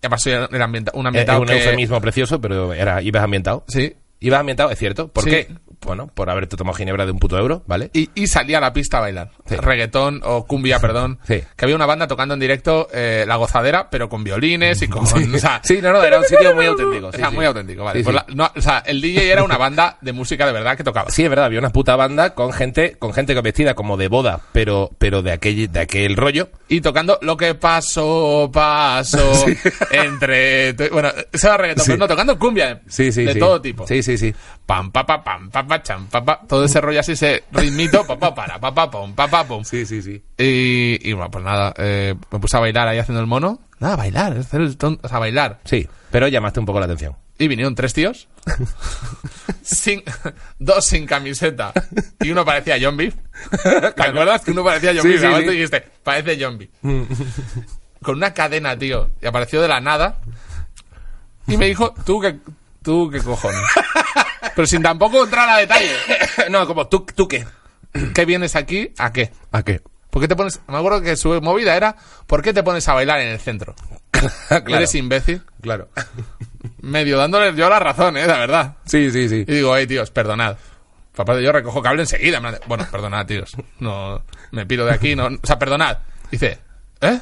Ya pasó el ambienta- un Es ambientado Eh, un que- eufemismo precioso, pero era, ibas ambientado. Sí. Ibas ambientado, es cierto. ¿Por Sí. qué? Bueno, por haberte tomado ginebra de un puto euro, ¿vale? Y, y salí a la pista a bailar. Sí. Reggaetón o cumbia, perdón. Sí. Que había una banda tocando en directo eh, La Gozadera, pero con violines y con... o sea, Sí, no, no, era un sitio muy auténtico. Sí, era sí. muy auténtico, vale. Sí, Pues sí. la- no, o sea, el DJ era una banda de música de verdad que tocaba. Sí, es verdad, había una puta banda con gente, con gente que vestida como de boda, pero, pero de aquel, de aquel rollo. Y tocando lo que pasó, pasó, entre... tú- Bueno, eso era reggaetón, Sí. pero no, tocando cumbia. Sí, sí, De sí. todo tipo. Sí, sí, sí. Pam, pa, pa, pam, pa, pa, cham, pa, pa. Todo ese rollo así, ese ritmito, pa, pa, para, pa, pa, pum, pa, pa, pum. Sí, sí, sí. Y, y bueno, pues nada, eh, me puse a bailar ahí haciendo el mono. Nada, bailar, hacer el tonto, o sea, bailar. Sí, pero llamaste un poco la atención. Y vinieron tres tíos. sin, dos sin camiseta. Y uno parecía John Beef. ¿Te acuerdas que uno parecía John Sí, Beef? sí, Y además sí. tú dijiste, parece John Beef. Con una cadena, tío. Y apareció de la nada. Y me dijo, tú que... Tú qué cojones. Pero sin tampoco entrar a detalle. no, como, ¿tú, tú qué? ¿Qué vienes aquí? ¿A qué? ¿A qué? ¿Por qué te pones? Me acuerdo que su movida era ¿Por qué te pones a bailar en el centro? claro, Eres imbécil. claro. Medio dándole yo la razón, eh, la verdad. Sí, sí, sí. Y digo, hey tíos, perdonad. Papá, yo recojo cable enseguida. en plan de, Bueno, perdonad, tíos. No, me piro de aquí. No, o sea, perdonad. Dice, ¿eh?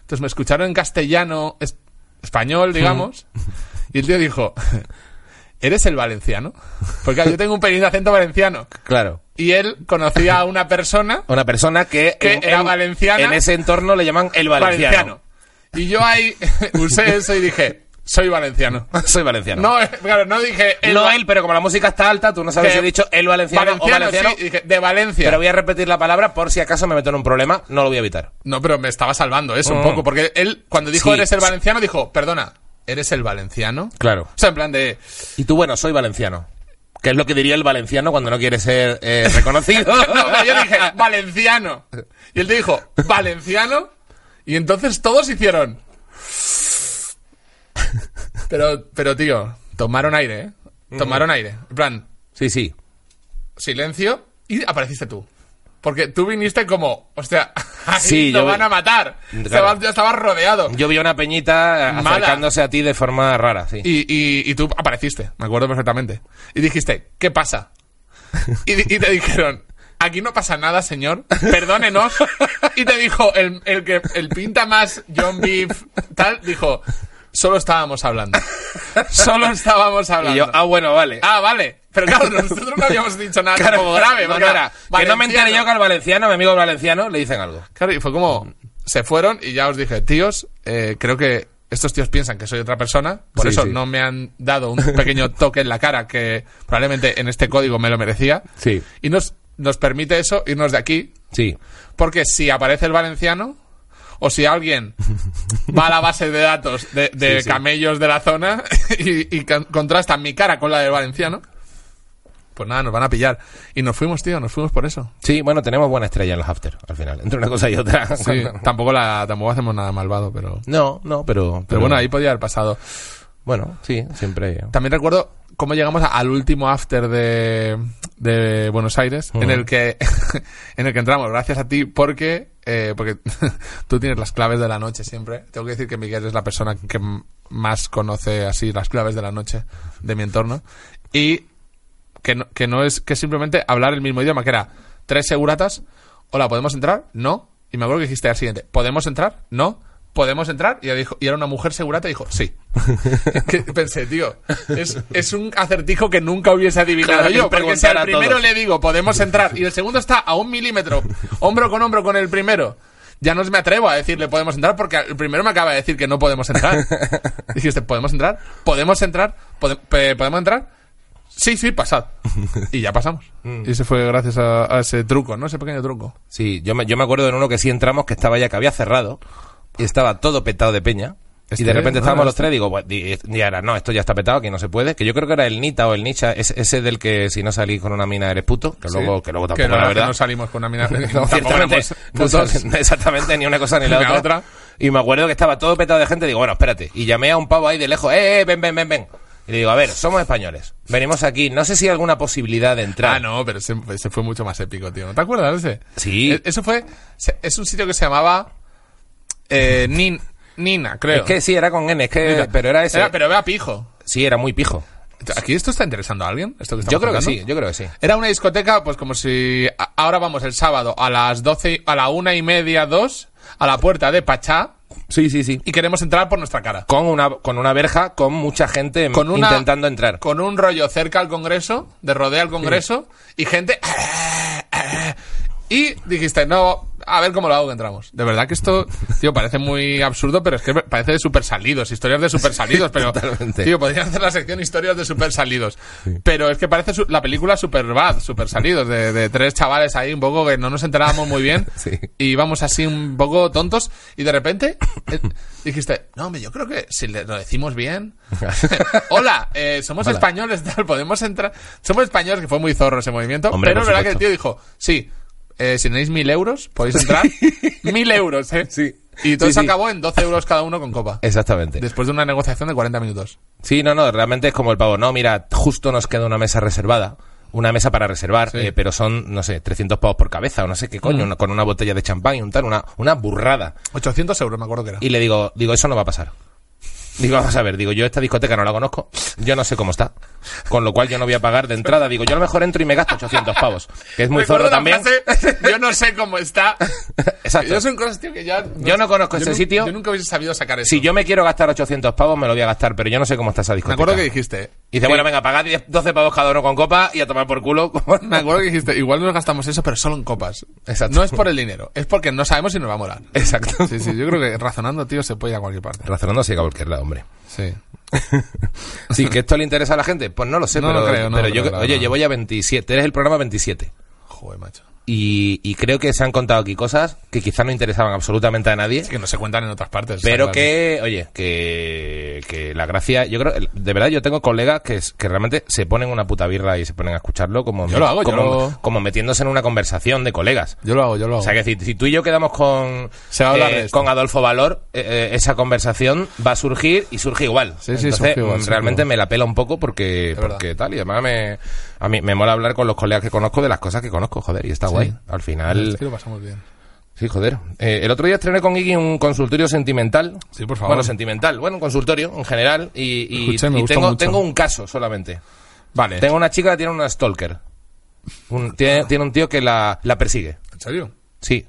Entonces me escucharon en castellano, es- español, digamos. Y el tío dijo, ¿eres el valenciano? Porque claro, yo tengo un pelín de acento valenciano. Claro. Y él conocía a una persona Una persona que, Que era valenciana. en ese entorno le llaman el valenciano. valenciano. Y yo ahí usé eso y dije, soy valenciano. Soy valenciano. No, eh, claro, no dije el no va- él, pero como la música está alta, tú no sabes si he que- dicho el valenciano, o valenciano. sí, dije, de Valencia. Pero voy a repetir la palabra por si acaso me meto en un problema, no lo voy a evitar. No, pero me estaba salvando eso Mm. un poco, porque él cuando dijo Sí. eres el valenciano dijo, perdona, ¿eres el valenciano? Claro. O sea, en plan de... Y tú, bueno, soy valenciano. Que es lo que diría el valenciano cuando no quiere ser eh, reconocido. No, pero yo dije, valenciano. Y él te dijo, valenciano. Y entonces todos hicieron... Pero, pero tío, tomaron aire, ¿eh? Tomaron aire. En plan, Sí, sí. silencio y apareciste tú. Porque tú viniste como, o sea, ahí Sí, lo yo- van a matar. Claro. Estabas- ya estabas rodeado. Yo vi a una peñita Mala. acercándose a ti de forma rara, sí. Y, y- y tú apareciste, me acuerdo perfectamente. Y dijiste, ¿qué pasa? Y, di- y te dijeron, aquí no pasa nada, señor, perdónenos. Y te dijo, el, el que el pinta más John Beef, tal, dijo, solo estábamos hablando. Solo estábamos hablando. Y yo, ah, bueno, vale. ah, vale. Pero claro, nosotros no habíamos dicho nada Claro, como grave. no, porque no era era. Que no me enteré yo valenciano. que al valenciano, mi amigo valenciano, le dicen algo. Claro, y fue como, Mm. se fueron y ya os dije, tíos, eh, creo que estos tíos piensan que soy otra persona, por Sí, eso sí. no me han dado un pequeño toque en la cara que probablemente en este código me lo merecía. Sí. Y nos, nos permite eso irnos de aquí, Sí. porque si aparece el valenciano, o si alguien va a la base de datos de, de camellos de la zona y, y con- contrasta mi cara con la del valenciano, pues nada, nos van a pillar. Y nos fuimos, tío, nos fuimos por eso. Sí, bueno, tenemos buena estrella en los after, al final. Entre una cosa y otra. Sí, tampoco, la, tampoco hacemos nada malvado, pero... No, no, pero, pero... Pero bueno, ahí podía haber pasado. Bueno, sí, siempre... También recuerdo cómo llegamos a- al último after de, de Buenos Aires, en el que en el que entramos, gracias a ti, porque eh, porque tú tienes las claves de la noche siempre. Tengo que decir que Miguel es la persona que m- más conoce así las claves de la noche de mi entorno. Y que no, que no es que simplemente hablar el mismo idioma, que era tres seguratas. Hola, ¿podemos entrar? No. Y me acuerdo que dijiste al siguiente, ¿podemos entrar? No. ¿Podemos entrar? Y, ella dijo, y era una mujer segurata y dijo, sí. Que pensé, tío, es, es un acertijo que nunca hubiese adivinado Claro, yo. que Porque si preguntar al a primero todos. le digo, podemos entrar, y el segundo está a un milímetro, hombro con hombro con el primero, ya no me atrevo a decirle, podemos entrar, porque el primero me acaba de decir que no podemos entrar. Dijiste, ¿podemos entrar? ¿Podemos entrar? ¿Pode- pe- ¿Podemos entrar? Sí, sí, pasad. Y ya pasamos. Mm. Y eso fue gracias a, a ese truco, ¿no? Ese pequeño truco. Sí, yo me, yo me acuerdo en uno que sí entramos, que estaba ya que había cerrado, y estaba todo petado de peña. Este, y de repente ¿no? estábamos los Este. tres, digo, "Buah, di- di ahora, no, esto ya está petado, que no se puede. Que yo creo que era el Nita o el Nicha, ese, ese del que si no salís con una mina eres puto, que luego, Sí. que luego tampoco, la no- verdad. no salimos con una mina. No, tampoco ciertamente, éramos no putos. sal- exactamente, ni una cosa ni la Ni la otra. otra. Y me acuerdo que estaba todo petado de gente. Digo, bueno, espérate. Y llamé a un pavo ahí de lejos, eh, eh, ven, ven, ven, ven. Y le digo, a ver, somos españoles. Venimos aquí. No sé si hay alguna posibilidad de entrar. Ah, no, pero ese, ese fue mucho más épico, tío. ¿No te acuerdas de ese? Sí. E- Eso fue. se- Es un sitio que se llamaba. eh, Nin- Nina, creo. Es que sí, era con N, es que, Nina. pero era ese. pero vea pijo. Sí, era muy pijo. ¿Aquí esto está interesando a alguien? Esto que estamos Yo creo que contando? sí, yo creo que sí. Era una discoteca, pues como si a- ahora vamos el sábado a las 12, y- a la una y media, dos, a la puerta de Pachá Sí, sí, sí. y queremos entrar por nuestra cara. Con una, con una verja, con mucha gente Con una- intentando entrar. Con un rollo cerca al Congreso, de rodea al Congreso y gente. "Ah, Y dijiste, no, a ver cómo lo hago que entramos. De verdad que esto, tío, parece muy absurdo, pero es que parece de super salidos, historias de super salidos, pero. totalmente. Tío, podrían hacer la sección historias de super salidos. Pero es que parece su- la película super bad, super salidos, de, de tres chavales ahí un poco que no nos enterábamos muy bien. Sí. Y íbamos así un poco tontos. Y de repente eh, dijiste, no, hombre, yo creo que si le- lo decimos bien. Hola, eh, somos españoles, tal, podemos entrar. Somos españoles, que fue muy zorro ese movimiento. Hombre, pero es por verdad que el supuesto. tío dijo, sí, eh, si tenéis mil euros, podéis entrar. mil euros, ¿eh? Sí. Y todo Sí, Eh. eso sí. acabó en 12 euros cada uno con copa. Exactamente. Después de una negociación de 40 minutos. Sí, no, no, realmente es como el pavo. No, mira, justo nos queda una mesa reservada. Una mesa para reservar, Sí. Mm. eh, pero son, no sé, 300 pavos por cabeza o no sé qué coño, una- con una botella de champán y un tal, una, una burrada. 800 euros, me acuerdo que era. Y le digo, digo, eso no va a pasar. Digo, vamos a ver, digo, yo esta discoteca no la conozco, yo no sé cómo está. Con lo cual yo no voy a pagar de entrada. Digo, yo a lo mejor entro y me gasto 800 pavos, que es muy Recuerdo zorro la también. frase, yo no sé cómo está. Exacto. Yo son cosas, tío, que ya. Yo no conozco ese nu- sitio. Yo nunca hubiese sabido sacar eso. Si yo me quiero gastar 800 pavos, me lo voy a gastar, pero yo no sé cómo está esa Me discoteca. acuerdo que dijiste, Y dice, bueno, venga, pagad 10, 12 pavos cada uno con copa y a tomar por culo. Me acuerdo que dijiste, igual nos gastamos eso, pero solo en copas. Exacto. No es por el dinero, es porque no sabemos si nos va a molar. Exacto. Sí, sí, yo creo que razonando, tío, se puede ir a cualquier parte. Razonando así a cualquier lado, hombre. Sí. Sí, que esto le interesa a la gente. Pues no lo sé, No pero, lo creo, no pero lo yo, creo, la oye, verdad. llevo ya 27. Eres el programa 27. Joder, macho. Y, y creo que se han contado aquí cosas que quizás no interesaban absolutamente a nadie. Es que no se cuentan en otras partes. Pero está claro. que, oye, que, que la gracia, yo creo, de verdad, yo tengo colegas que, es- que realmente se ponen una puta birra y se ponen a escucharlo como, Yo lo hago, yo como, lo- como metiéndose en una conversación de colegas. Yo lo hago, yo lo hago. O sea, que si, si tú y yo quedamos con, Oh. eh, Se va a hablar de esto. con Adolfo Valor, eh, eh, esa conversación va a surgir y surge igual. Sí, sí, Entonces, surge igual, mm, surge realmente igual. me la pela un poco porque, verdad. porque tal. Y además me, a mí me mola hablar con los colegas que conozco de las cosas que conozco, joder, y está guay. Al final, Es que lo pasamos bien. Sí, joder. Eh, el otro día estrené con Iggy un consultorio sentimental. Sí, por favor. Bueno, sentimental. Bueno, un consultorio en general. Y, y- Escuché, me y gustó tengo, mucho. Eh. tengo un caso solamente. Vale. Tengo una chica que tiene una stalker. Un- tiene, tiene un tío que la, la persigue. ¿En serio? Sí.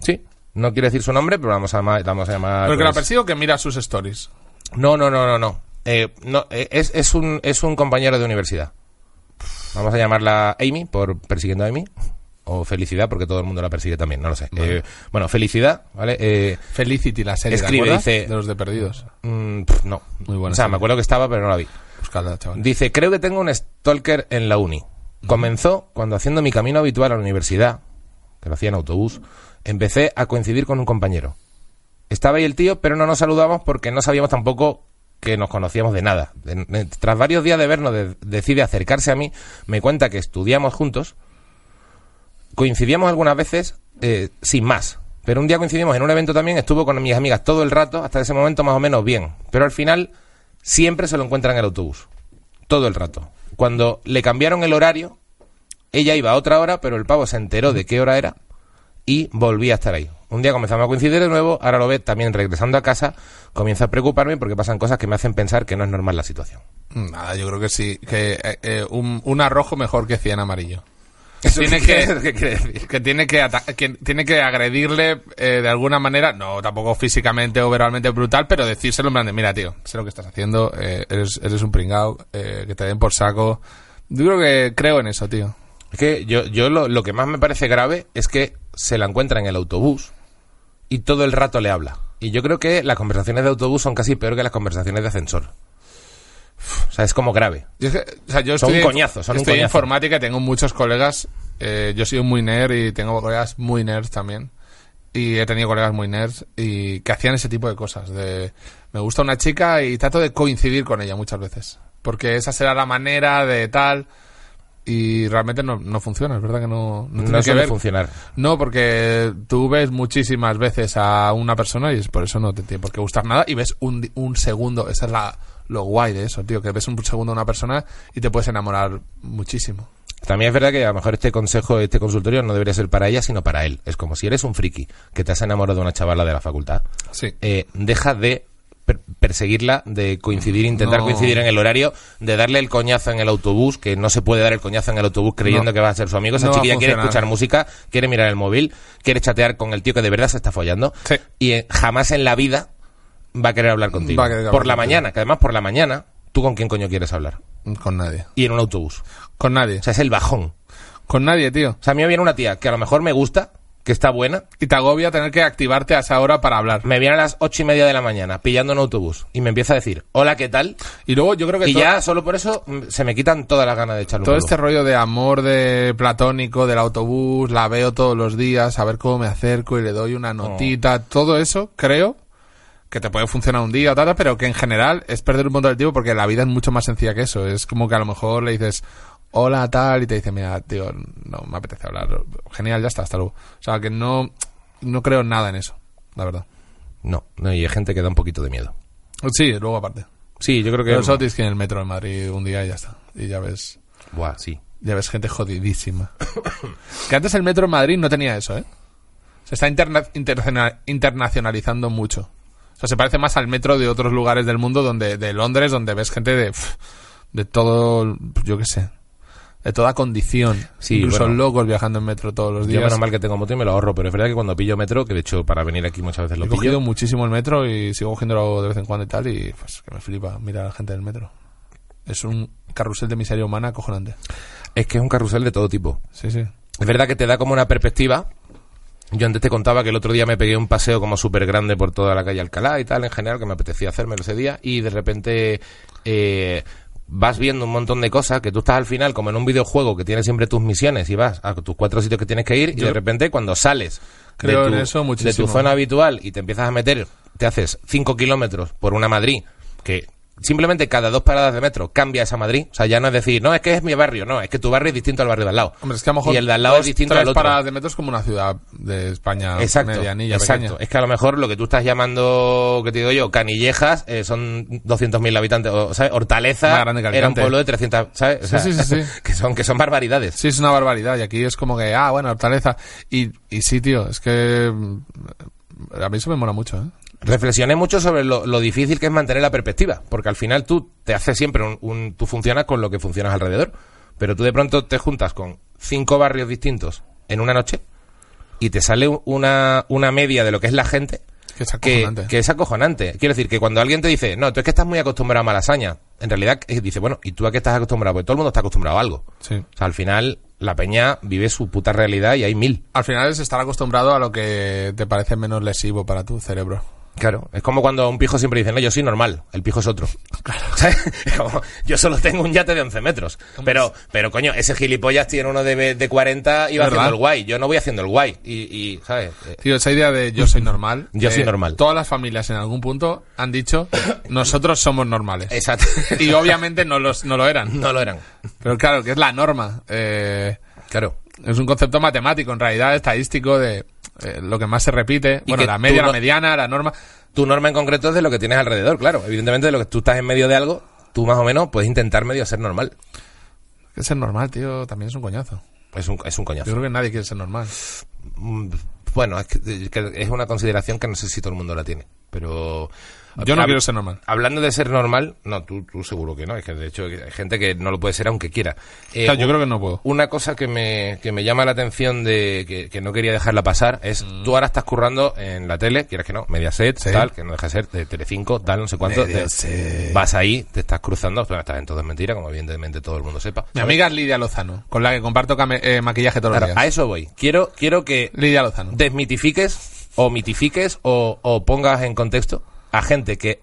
Sí. No quiere decir su nombre, pero vamos a llamar. Vamos a llamar Pero que la pues- persigo que mira sus stories. No, no, no, no. no. Eh, no, eh, es, es, un, es un compañero de universidad. Vamos a llamarla Amy por persiguiendo a Amy. O Felicidad, porque todo el mundo la persigue también, no lo sé. Eh, bueno, Felicidad, ¿vale? Eh, Felicity, la serie, ¿te Escribe, acuerdas? dice- De los de perdidos. Mm, pf, no. Muy buena O sea, serie. me acuerdo que estaba, pero no la vi. Buscadla, chaval. Dice, creo que tengo un stalker en la uni. Comenzó cuando haciendo mi camino habitual a la universidad, que lo hacía en autobús, empecé a coincidir con un compañero. Estaba ahí el tío, pero no nos saludábamos porque no sabíamos tampoco que nos conocíamos de nada. En- en- Tras varios días de vernos, de- decide acercarse a mí, me cuenta que estudiamos juntos, coincidíamos algunas veces eh, sin más. Pero un día coincidimos en un evento también, estuvo con mis amigas todo el rato, hasta ese momento más o menos bien. Pero al final siempre se lo encuentra en el autobús, todo el rato. Cuando le cambiaron el horario, ella iba a otra hora, pero el pavo se enteró de qué hora era y volví a estar ahí. Un día comenzamos a coincidir de nuevo, ahora lo ve también regresando a casa, comienza a preocuparme porque pasan cosas que me hacen pensar que no es normal la situación. Nada, yo creo que sí. Que eh, eh, un, un arrojo mejor que 100 amarillo. Tiene que- ¿qué quiere decir? que tiene que, ata- que tiene que agredirle eh, de alguna manera, no tampoco físicamente o verbalmente brutal, pero decírselo en plan de, mira tío, sé lo que estás haciendo, eh, eres, eres un pringao, eh, que te den por saco. Yo creo que creo en eso, tío. Es que yo, yo lo, lo que más me parece grave es que se la encuentra en el autobús y todo el rato le habla. Y yo creo que las conversaciones de autobús son casi peor que las conversaciones de ascensor. Uf, O sea, es como grave. Yo, es que- o sea, yo Son estudié- un coñazo, son un estudié coñazo. informática y tengo muchos colegas. eh, yo he sido muy nerd y tengo colegas muy nerds también. Y he tenido colegas muy nerds y que hacían ese tipo de cosas. De, me gusta una chica y trato de coincidir con ella muchas veces. Porque esa será la manera de tal. Y realmente no, no funciona, es verdad que no, no tiene No que suele ver. funcionar. No, porque tú ves muchísimas veces a una persona y es por eso no te tiene por qué gustar nada y ves un, di- un segundo, esa es la lo guay de eso, tío, que ves un segundo a una persona y te puedes enamorar muchísimo. También es verdad que a lo mejor este consejo, este consultorio no debería ser para ella, sino para él. Es como si eres un friki que te has enamorado de una chavala de la facultad. Sí. eh, deja de per- perseguirla, de coincidir, intentar No. coincidir en el horario, de darle el coñazo en el autobús, que no se puede dar el coñazo en el autobús creyendo No. que va a ser su amigo. Esa No va a chiquilla quiere funcionar. escuchar música, quiere mirar el móvil, quiere chatear con el tío que de verdad se está follando. Sí. Y eh, jamás en la vida va a querer hablar contigo. Va a querer hablar por la contigo. mañana, que además por la mañana, ¿tú con quién coño quieres hablar? Con nadie. Y en un autobús. Con nadie. O sea, es el bajón. Con nadie, tío. O sea, a mí me viene una tía que a lo mejor me gusta, que está buena, Y te agobia tener que activarte a esa hora para hablar. me viene a las ocho y media de la mañana pillando un autobús y me empieza a decir, hola, ¿qué tal? Y luego yo creo que Y todo, ya solo por eso mm, se me quitan todas las ganas de echarle un todo polvo. este rollo de amor de platónico, del autobús, la veo todos los días, a ver cómo me acerco y le doy Oh. una notita, todo eso, creo que te puede funcionar un día o tal, tal, pero que en general es perder un montón de tiempo porque la vida es mucho más sencilla que eso. Es como que a lo mejor le dices hola tal y te dice, mira, tío, no me apetece hablar. Genial, ya está, hasta luego. O sea, que no, no creo nada en eso, la verdad. No, no, y hay gente que da un poquito de miedo. Sí, luego aparte. Sí, yo creo que... Pero solo tienes que ir en el metro de Madrid un día y ya está. Y ya ves. Buah, sí. Ya ves gente jodidísima. que antes el metro en Madrid no tenía eso, ¿eh? Se está interna- internaciona- internacionalizando mucho. O sea, se parece más al metro de otros lugares del mundo, donde de Londres, donde ves gente de, pf, de todo, yo qué sé, de toda condición. Sí, Incluso bueno. locos viajando en metro todos los Yo días. menos mal que tengo moto y me lo ahorro, pero es verdad que cuando pillo metro, que de hecho para venir aquí muchas veces lo He cogido pillo, muchísimo el metro y sigo cogiéndolo de vez en cuando y tal, y pues que me flipa mirar a la gente del metro. es un carrusel de miseria humana acojonante. Es que es un carrusel de todo tipo. Sí, sí. Es verdad que te da como una perspectiva. Yo antes te contaba que el otro día me pegué un paseo como súper grande por toda la calle Alcalá y tal, en general, que me apetecía hacérmelo ese día, y de repente eh, vas viendo un montón de cosas que tú estás al final, como en un videojuego que tienes siempre tus misiones y vas a tus cuatro sitios que tienes que ir, y de repente cuando sales creo de, en tu, eso de tu muchísimo. zona habitual y te empiezas a meter, te haces cinco kilómetros por una Madrid, que simplemente cada dos paradas de metro cambia esa Madrid, o sea, ya no es decir, no, es que es mi barrio, no, es que tu barrio es distinto al barrio de al lado. Hombre, es que a lo mejor y el de al lado es tres- distinto tres al otro. Ah, paradas de metro es como una ciudad de España Exacto, medianilla, exacto. pequeña. Es que a lo mejor lo que tú estás llamando, que te digo yo, canillejas, eh, son 200.000 habitantes. O, ¿sabes? Más Hortaleza grande que era un Alicante. pueblo de 300, ¿sabes? O Sí, sea, sí, sí, sí. Que son, que son barbaridades. Sí, es una barbaridad. Y aquí es como que, ah, bueno, Hortaleza. Y, y sí, tío, es que. mm, A mí eso me mola mucho, ¿eh? Reflexioné mucho sobre lo, lo difícil que es mantener la perspectiva, porque al final tú te haces siempre un, un- Tú funcionas con lo que funcionas alrededor, pero tú de pronto te juntas con cinco barrios distintos en una noche y te sale u- una, una media de lo que es la gente Que es que, acojonante. que es acojonante. Quiero decir, que cuando alguien te dice, no, tú es que estás muy acostumbrado a Malasaña, en realidad eh, dice, bueno, ¿y tú a qué estás acostumbrado? Porque todo el mundo está acostumbrado a algo. Sí. O sea, al final, la peña vive su puta realidad y hay mil. Al final es estar acostumbrado a lo que te parece menos lesivo para tu cerebro. Claro, es como cuando a un pijo siempre dicen, no, yo soy normal, el pijo es otro. Claro. ¿Sabes? Es como, yo solo tengo un yate de 11 metros. Pero, pero coño, ese gilipollas tiene uno de, de 40 y va ¿Verdad? haciendo el guay. Yo no voy haciendo el guay. Y, y, ¿sabes? Eh, Tío, esa idea de yo soy normal. Yo eh, soy normal. Todas las familias en algún punto han dicho, nosotros somos normales. Exacto. Y obviamente no, los, no lo eran. no lo eran. Pero claro, que es la norma. Eh, Claro. es un concepto matemático, en realidad, estadístico, de eh, lo que más se repite. Y Bueno, que la media, tú la no- mediana, la norma. tu norma en concreto es de lo que tienes alrededor, claro. Evidentemente, de lo que tú estás en medio de algo, tú más o menos puedes intentar medio ser normal. Que ser normal, tío, también es un coñazo. Es un, es un Yo coñazo. creo que nadie quiere ser normal. Mm, Bueno, es, que, eh, que es una consideración que no sé si todo el mundo la tiene, pero... Yo no Hab- quiero ser normal. Hablando de ser normal, no, tú, tú seguro que no. Es que, de hecho, hay gente que no lo puede ser aunque quiera. Eh, Claro, yo creo que no puedo. Una cosa que me, que me llama la atención de que, que no quería dejarla pasar es tú ahora estás currando en la tele, quieras que no, Mediaset, Mm. Sí. tal, que no deja de ser, de Telecinco, tal, no sé cuánto. de- Mediaset. vas ahí, te estás cruzando, pero estás en todo es mentira, como evidentemente todo el mundo sepa. Mi ¿sabes? amiga es Lidia Lozano, con la que comparto came- eh, maquillaje todos Claro, los a días. eso voy. Quiero, quiero que Lidia Lozano. desmitifiques o mitifiques o, o pongas en contexto a gente que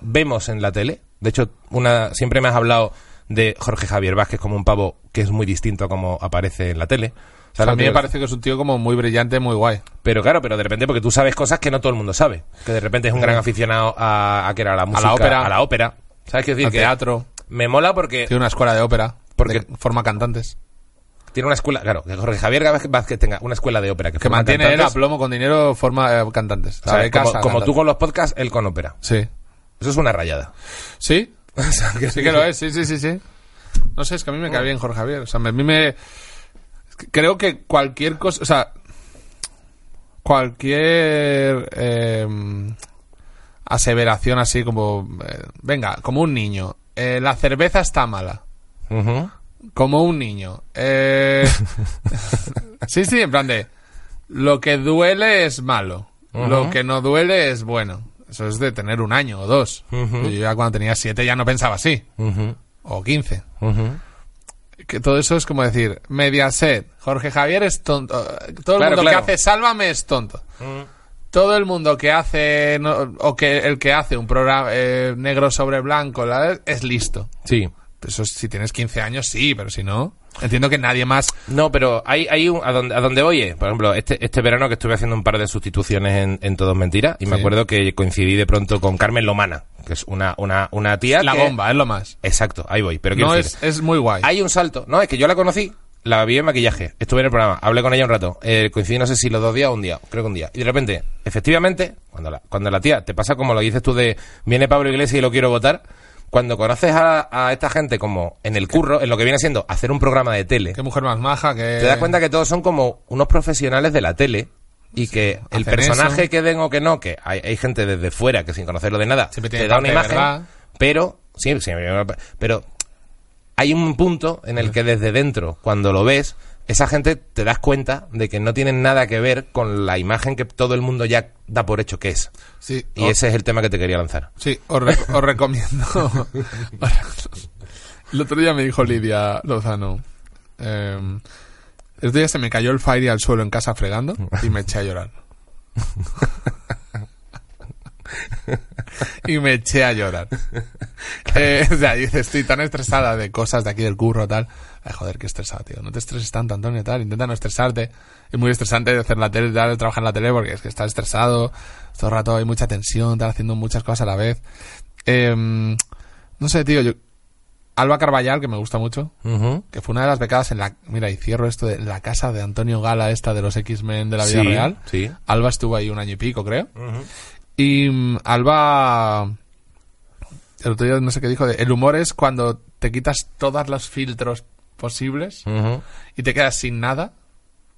vemos en la tele. De hecho, una siempre me has hablado de Jorge Javier Vázquez como un pavo que es muy distinto a como aparece en la tele. O sea, a lo mí que- me parece que es un tío como muy brillante, muy guay. Pero claro, pero de repente porque tú sabes cosas que no todo el mundo sabe. Que de repente es un gran aficionado a, a que era la música, ópera. a la ópera. ¿Sabes qué decir? Al Que teatro. Me mola porque Tiene una escuela de ópera. Porque- de- forma cantantes. tiene una escuela, claro, que Jorge Javier Vázquez tenga una escuela de ópera que, Que forma mantiene él a cantantes. plomo con dinero, forma eh, cantantes. O sea, Sabe como, casa, como tú cantante. con los podcasts, él con ópera. Sí. Eso es una rayada. Sí, O sea, que- sí que lo es, sí, sí, sí, sí. No sé, es que a mí me cae bien Jorge Javier. O sea, me- a mí me... es que Creo que cualquier cosa... O sea, cualquier eh, aseveración así como... eh, venga, como un niño. eh, la cerveza está mala. Ujú. Como un niño. Eh, sí, sí, en plan de... Lo que duele es malo. Lo Ujú. que no duele es bueno. Eso es de tener un año o dos. Ujú. Yo ya cuando tenía siete ya no pensaba así. Ujú. O quince. Ujú. Que todo eso es como decir, Mediaset, Jorge Javier es tonto. eh, Todo el Claro, mundo claro. que hace Sálvame es tonto. Todo el mundo que hace, no- o que el que hace un programa eh, negro sobre blanco la- es listo. Sí. Eso es- si tienes 15 años, sí, pero si no, entiendo que nadie más. No, pero hay, hay un, a, donde, a donde voy, eh. por ejemplo, este, este verano que estuve haciendo un par de sustituciones en, en Todos Mentiras y me Sí. acuerdo que coincidí de pronto con Carmen Lomana, que es una, una, una tía La que- bomba, es lo más. Exacto, ahí voy. Pero quiero No, decir, es, es muy guay. Hay un salto. No, es que yo la conocí, la vi en maquillaje, estuve en el programa, hablé con ella un rato, eh, coincidí no sé si los dos días o un día, creo que un día. Y de repente, efectivamente, cuando la, cuando la tía te pasa como lo dices tú de viene Pablo Iglesias y lo quiero votar, cuando conoces a, a esta gente como en el curro, en lo que viene siendo hacer un programa de tele, Qué mujer más maja, que. te das cuenta que todos son como unos profesionales de la tele. Y que el hacen personaje eso. que den o que no, que hay, hay gente desde fuera que sin conocerlo de nada, Siempre te tiene da parte una de imagen, verdad. pero sí, sí, pero hay un punto en el que desde dentro, cuando lo ves, esa gente te das cuenta de que no tienen nada que ver con la imagen que todo el mundo ya da por hecho que es. Sí, Y o- ese es el tema que te quería lanzar. Sí, os, re- os recomiendo. os re- El otro día me dijo Lidia Lozano. Eh, el otro día se me cayó el Fairy al suelo en casa fregando y me eché a llorar. y me eché a llorar. Eh, o sea, dice, estoy tan estresada de cosas de aquí del curro, tal. Ay, joder, qué estresada, tío. No te estreses tanto, Antonio, tal. Intenta no estresarte. Es muy estresante hacer la tele, tal, trabajar en la tele porque es que estás estresado. Todo el rato hay mucha tensión, tal, haciendo muchas cosas a la vez. Eh, no sé, tío, yo... Alba Carballar, que me gusta mucho, Ujú. que fue una de las becadas en la... Mira, y cierro esto de en la casa de Antonio Gala, esta de los X-Men de la vida Sí, real. sí. Alba estuvo ahí un año y pico, creo. Y mm, Alba. El otro día no sé qué dijo. de, el humor es cuando te quitas todos los filtros posibles Ujú. y te quedas sin nada,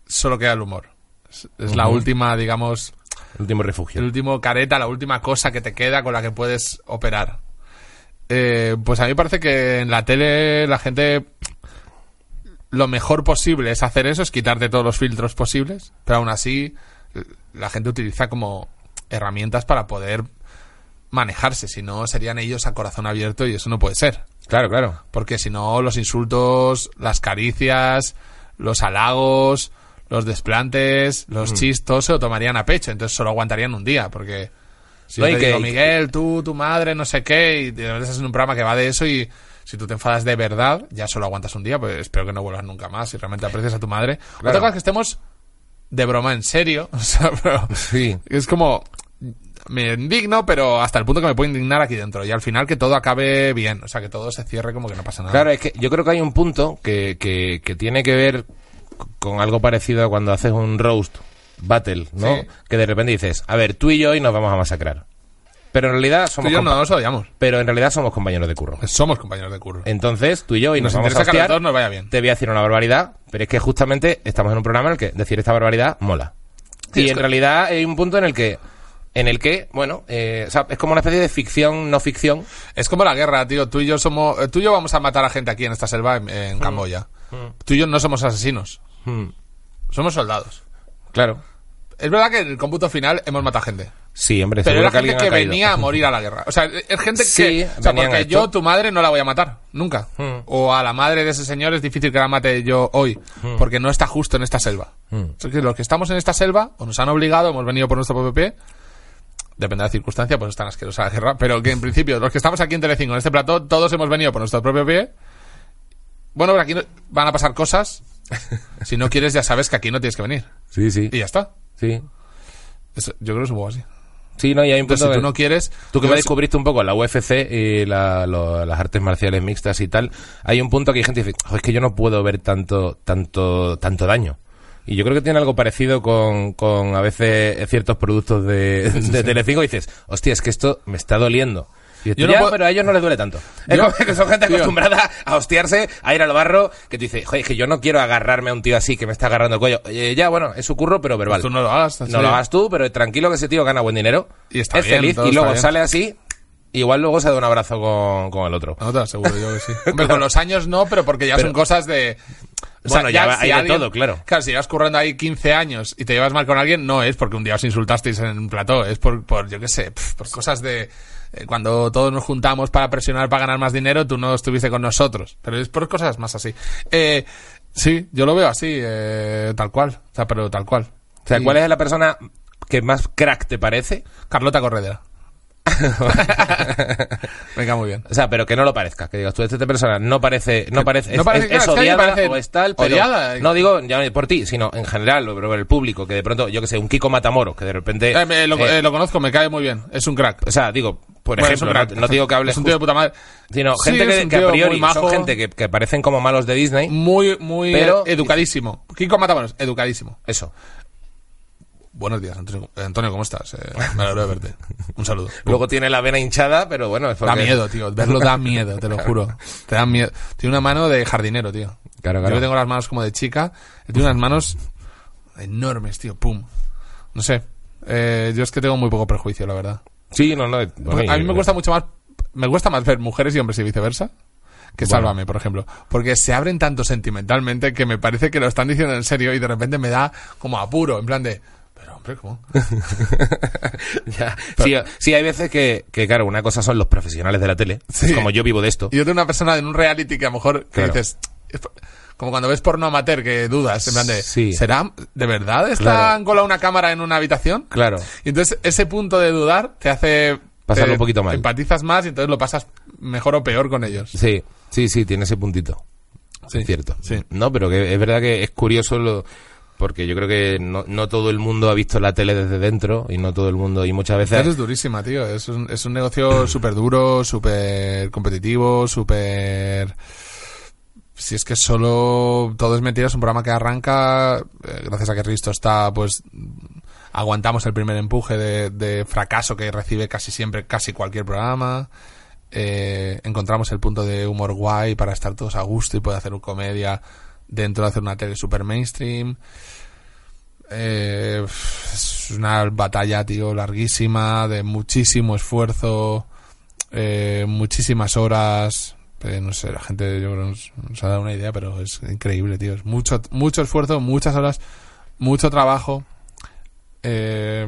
solo queda el humor. Es, es la última, digamos, El último refugio. el último careta, la última cosa que te queda con la que puedes operar. Eh, pues a mí parece que en la tele la gente lo mejor posible es hacer eso, es quitarte todos los filtros posibles, pero aún así l- la gente utiliza como herramientas para poder manejarse, si no serían ellos a corazón abierto y eso no puede ser. Claro, claro. Porque si no, los insultos, las caricias, los halagos, los desplantes, los Mm. chistos se lo tomarían a pecho. Entonces solo aguantarían un día. Porque si No, yo y te que- digo, y que- Miguel, tú, tu madre, no sé qué, y te metes en un programa que va de eso y si tú te enfadas de verdad, ya solo aguantas un día, pues espero que no vuelvas nunca más si realmente aprecias a tu madre. Otra cosa es que estemos de broma en serio. O sea, pero... Sí. Es como. Me indigno, pero hasta el punto que me puedo indignar aquí dentro. Y al final que todo acabe bien. O sea, que todo se cierre como que no pasa nada. Claro, es que yo creo que hay un punto que, que, que tiene que ver con algo parecido a cuando haces un roast battle, ¿no? Sí. Que de repente dices, a ver, tú y yo hoy nos vamos a masacrar. Pero en realidad Tú somos y yo no compa- nos odiamos. pero en realidad somos compañeros de curro. Pues somos compañeros de curro. Entonces, tú Eh, y yo y nos, Nos vamos a interesa que a los hostiar. dos nos vaya bien. Te voy a decir una barbaridad, pero es que justamente estamos en un programa en el que decir esta barbaridad mola. Sí, y es en que- realidad hay un punto en el que en el que, bueno, eh, o sea, es como una especie de ficción no ficción. Es como la guerra, tío. Tú y yo somos. eh, Tú y yo vamos a matar a gente aquí en esta selva en, Mm. en Camboya. Tú y yo no somos asesinos. Hmm. Somos soldados. Claro. Es verdad que en el cómputo final hemos matado gente. Sí, hombre, Pero seguro era que gente alguien que ha caído. venía a morir a la guerra. O sea, es gente Sí, que. O sea, venían a porque esto. Hmm. yo, tu madre, no la voy a matar. Nunca. O a la madre de ese señor es difícil que la mate yo hoy. Hmm. Porque no está justo en esta selva. Es que los que estamos en esta selva, o nos han obligado, hemos venido por nuestro propio pie. Depende de la circunstancia, pues es tan asquerosa la guerra. Pero que en principio, los que estamos aquí en Telecinco, en este plató, todos hemos venido por nuestro propio pie. Bueno, pero aquí no- van a pasar cosas. Si no quieres, ya sabes que aquí no tienes que venir. Sí, sí. Y ya está. Sí. Eso- yo creo que es un poco así. Sí, no, y hay un punto Entonces, si que- tú no quieres. Tú que me yo no sé- descubriste un poco la UFC y la- lo- las artes marciales mixtas y tal, hay un punto que hay gente que dice, "Jo, es que yo no puedo ver tanto, tanto, tanto daño. Y yo creo que tiene algo parecido con, con a veces ciertos productos de, de Telecinco y dices, hostia, es que esto me está doliendo. Y dices, "Tú Yo no ya, puedo- pero a ellos no les duele tanto. Es Yo- como que son gente Tío. acostumbrada a hostiarse, a ir al barro, que tú dices, joder, es que yo no quiero agarrarme a un tío así que me está agarrando el cuello. Eh, ya, bueno, es su curro, pero verbal. Pues Tú no lo hagas. en No lo serio. hagas tú, pero tranquilo que ese tío gana buen dinero. Y está es bien, feliz. todo Y luego está bien. sale así. Igual luego se da un abrazo con, con el otro. No te lo aseguro, yo que sí. Hombre, con los años no, pero porque ya Pero- son cosas de. Bueno, ya hay de todo, claro. Claro, si llevas currando ahí 15 años y te llevas mal con alguien, no es porque un día os insultasteis en un plató, es por, por yo qué sé, pf, por cosas de. eh, Cuando todos nos juntamos para presionar para ganar más dinero, tú no estuviste con nosotros. Pero es por cosas más así. Eh, sí, yo lo veo así, eh, tal cual. O sea, pero tal cual. O sea, Y- ¿cuál es la persona que más crack te parece? Carlota Corredera. Venga, muy bien. O sea, pero que no lo parezca. Que digas tú, esta persona no parece. No parece. no es- parece- es, es claro, es que a mí me odiada parece o es tal, pero. odiada. No digo ya por ti, sino en general, pero por el público. Que de pronto, yo que sé, un Kiko Matamoros, que de repente. Eh, me- lo, eh, eh, lo conozco, me cae muy bien. Es un crack. o sea, digo, por Bueno, es un ejemplo, crack. no, no te digo que hables. Es un tío de justo, puta madre. sino Sí, gente es que, un que a tío priori muy majo. Mm. son gente que, que parecen como malos de Disney. Muy, muy Pero- eh, educadísimo. Kiko Matamoros, educadísimo. Eso. Buenos días, Antonio. Eh, Antonio, ¿cómo estás? Eh, me alegro de verte. Un saludo. Luego tiene la vena hinchada, pero bueno, es Da porque- miedo, tío. Verlo da miedo, te lo juro. Te da miedo. Tiene una mano de jardinero, tío. Claro, claro. Yo que tengo las manos como de chica. él Tiene unas manos enormes, tío. Pum. No sé. Eh, yo es que tengo muy poco prejuicio, la verdad. Sí, no, no. eh, Porque bueno, a mí y- me cuesta mucho más me cuesta más ver mujeres y hombres y viceversa que Sálvame, por ejemplo, porque se abren tanto sentimentalmente que me parece que lo están diciendo en serio y de repente me da como apuro, en plan de "¿Pero Pero, hombre, ¿cómo? Ya. Sí, o- sí, hay veces que, que, claro, una cosa son los profesionales de la tele, Sí. como yo vivo de esto. Y otra una persona en un reality que a lo mejor que Claro. dices... es por- Como cuando ves porno amateur que dudas, en plan de... Sí. ¿Será? ¿De verdad están Claro. colado una cámara en una habitación? Claro. Y entonces ese punto de dudar te hace... Pasarlo te- un poquito mal. Empatizas más y entonces lo pasas mejor o peor con ellos. Sí, sí, sí, tiene ese puntito. Sí. Es cierto. Sí. No, pero que es verdad que es curioso lo- porque yo creo que no, no todo el mundo ha visto la tele desde dentro y no todo el mundo y muchas Eso veces es durísima, tío. Es un, es un negocio súper duro, súper competitivo, súper... Si es que solo todo es mentira, es un programa que arranca, eh, gracias a que Risto está, pues aguantamos el primer empuje de, de fracaso que recibe casi siempre, casi cualquier programa. Eh, encontramos el punto de humor guay para estar todos a gusto y poder hacer una comedia dentro de hacer una tele super mainstream. Eh, es una batalla, tío, larguísima, de muchísimo esfuerzo, eh, muchísimas horas. Eh, no sé, la gente yo creo nos, nos ha dado una idea, pero es increíble, tío. Es mucho, mucho esfuerzo, muchas horas, mucho trabajo. Eh,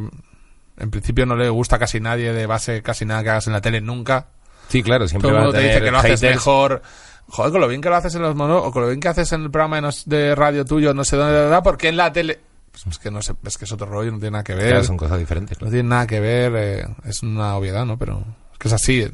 en principio no le gusta a casi nadie de base, casi nada que hagas en la tele nunca. sí claro siempre Todo el va a mundo te dice tener que lo haces haters. mejor. Joder, con lo bien que lo haces en los monos, o con lo bien que haces en el programa de, nos- de radio tuyo, no sé dónde, da, da, da, porque en la tele. Pues es que no sé, es que es otro rollo, no tiene nada que ver. Claro, son cosas diferentes No claro. tiene nada que ver, eh, es una obviedad, ¿no? Pero es que es así. eh.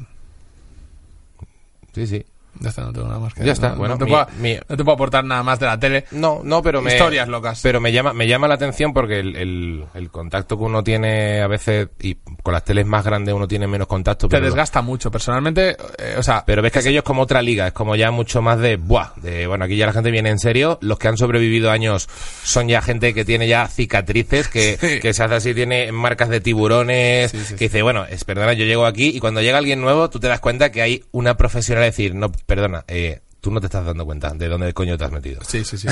sí sí Ya está, no tengo nada más que Ya está, no- bueno, no te, mi- puedo, mi- no te puedo aportar nada más de la tele. No, no, pero me, Historias locas. Pero me llama, me llama la atención porque el, el- el contacto que uno tiene a veces y con las teles más grandes uno tiene menos contacto. Te pero, desgasta mucho. Personalmente, eh, o sea, Pero ves que aquello es como otra liga, es como ya mucho más de buah. De, bueno, aquí ya la gente viene en serio. Los que han sobrevivido años son ya gente que tiene ya cicatrices, que, Sí. que se hace así, tiene marcas de tiburones, Sí, sí, sí. que dice, bueno, es, perdona, yo llego aquí y cuando llega alguien nuevo, tú te das cuenta que hay una profesional a decir, no, perdona, eh, tú no te estás dando cuenta de dónde coño te has metido. sí, sí, sí.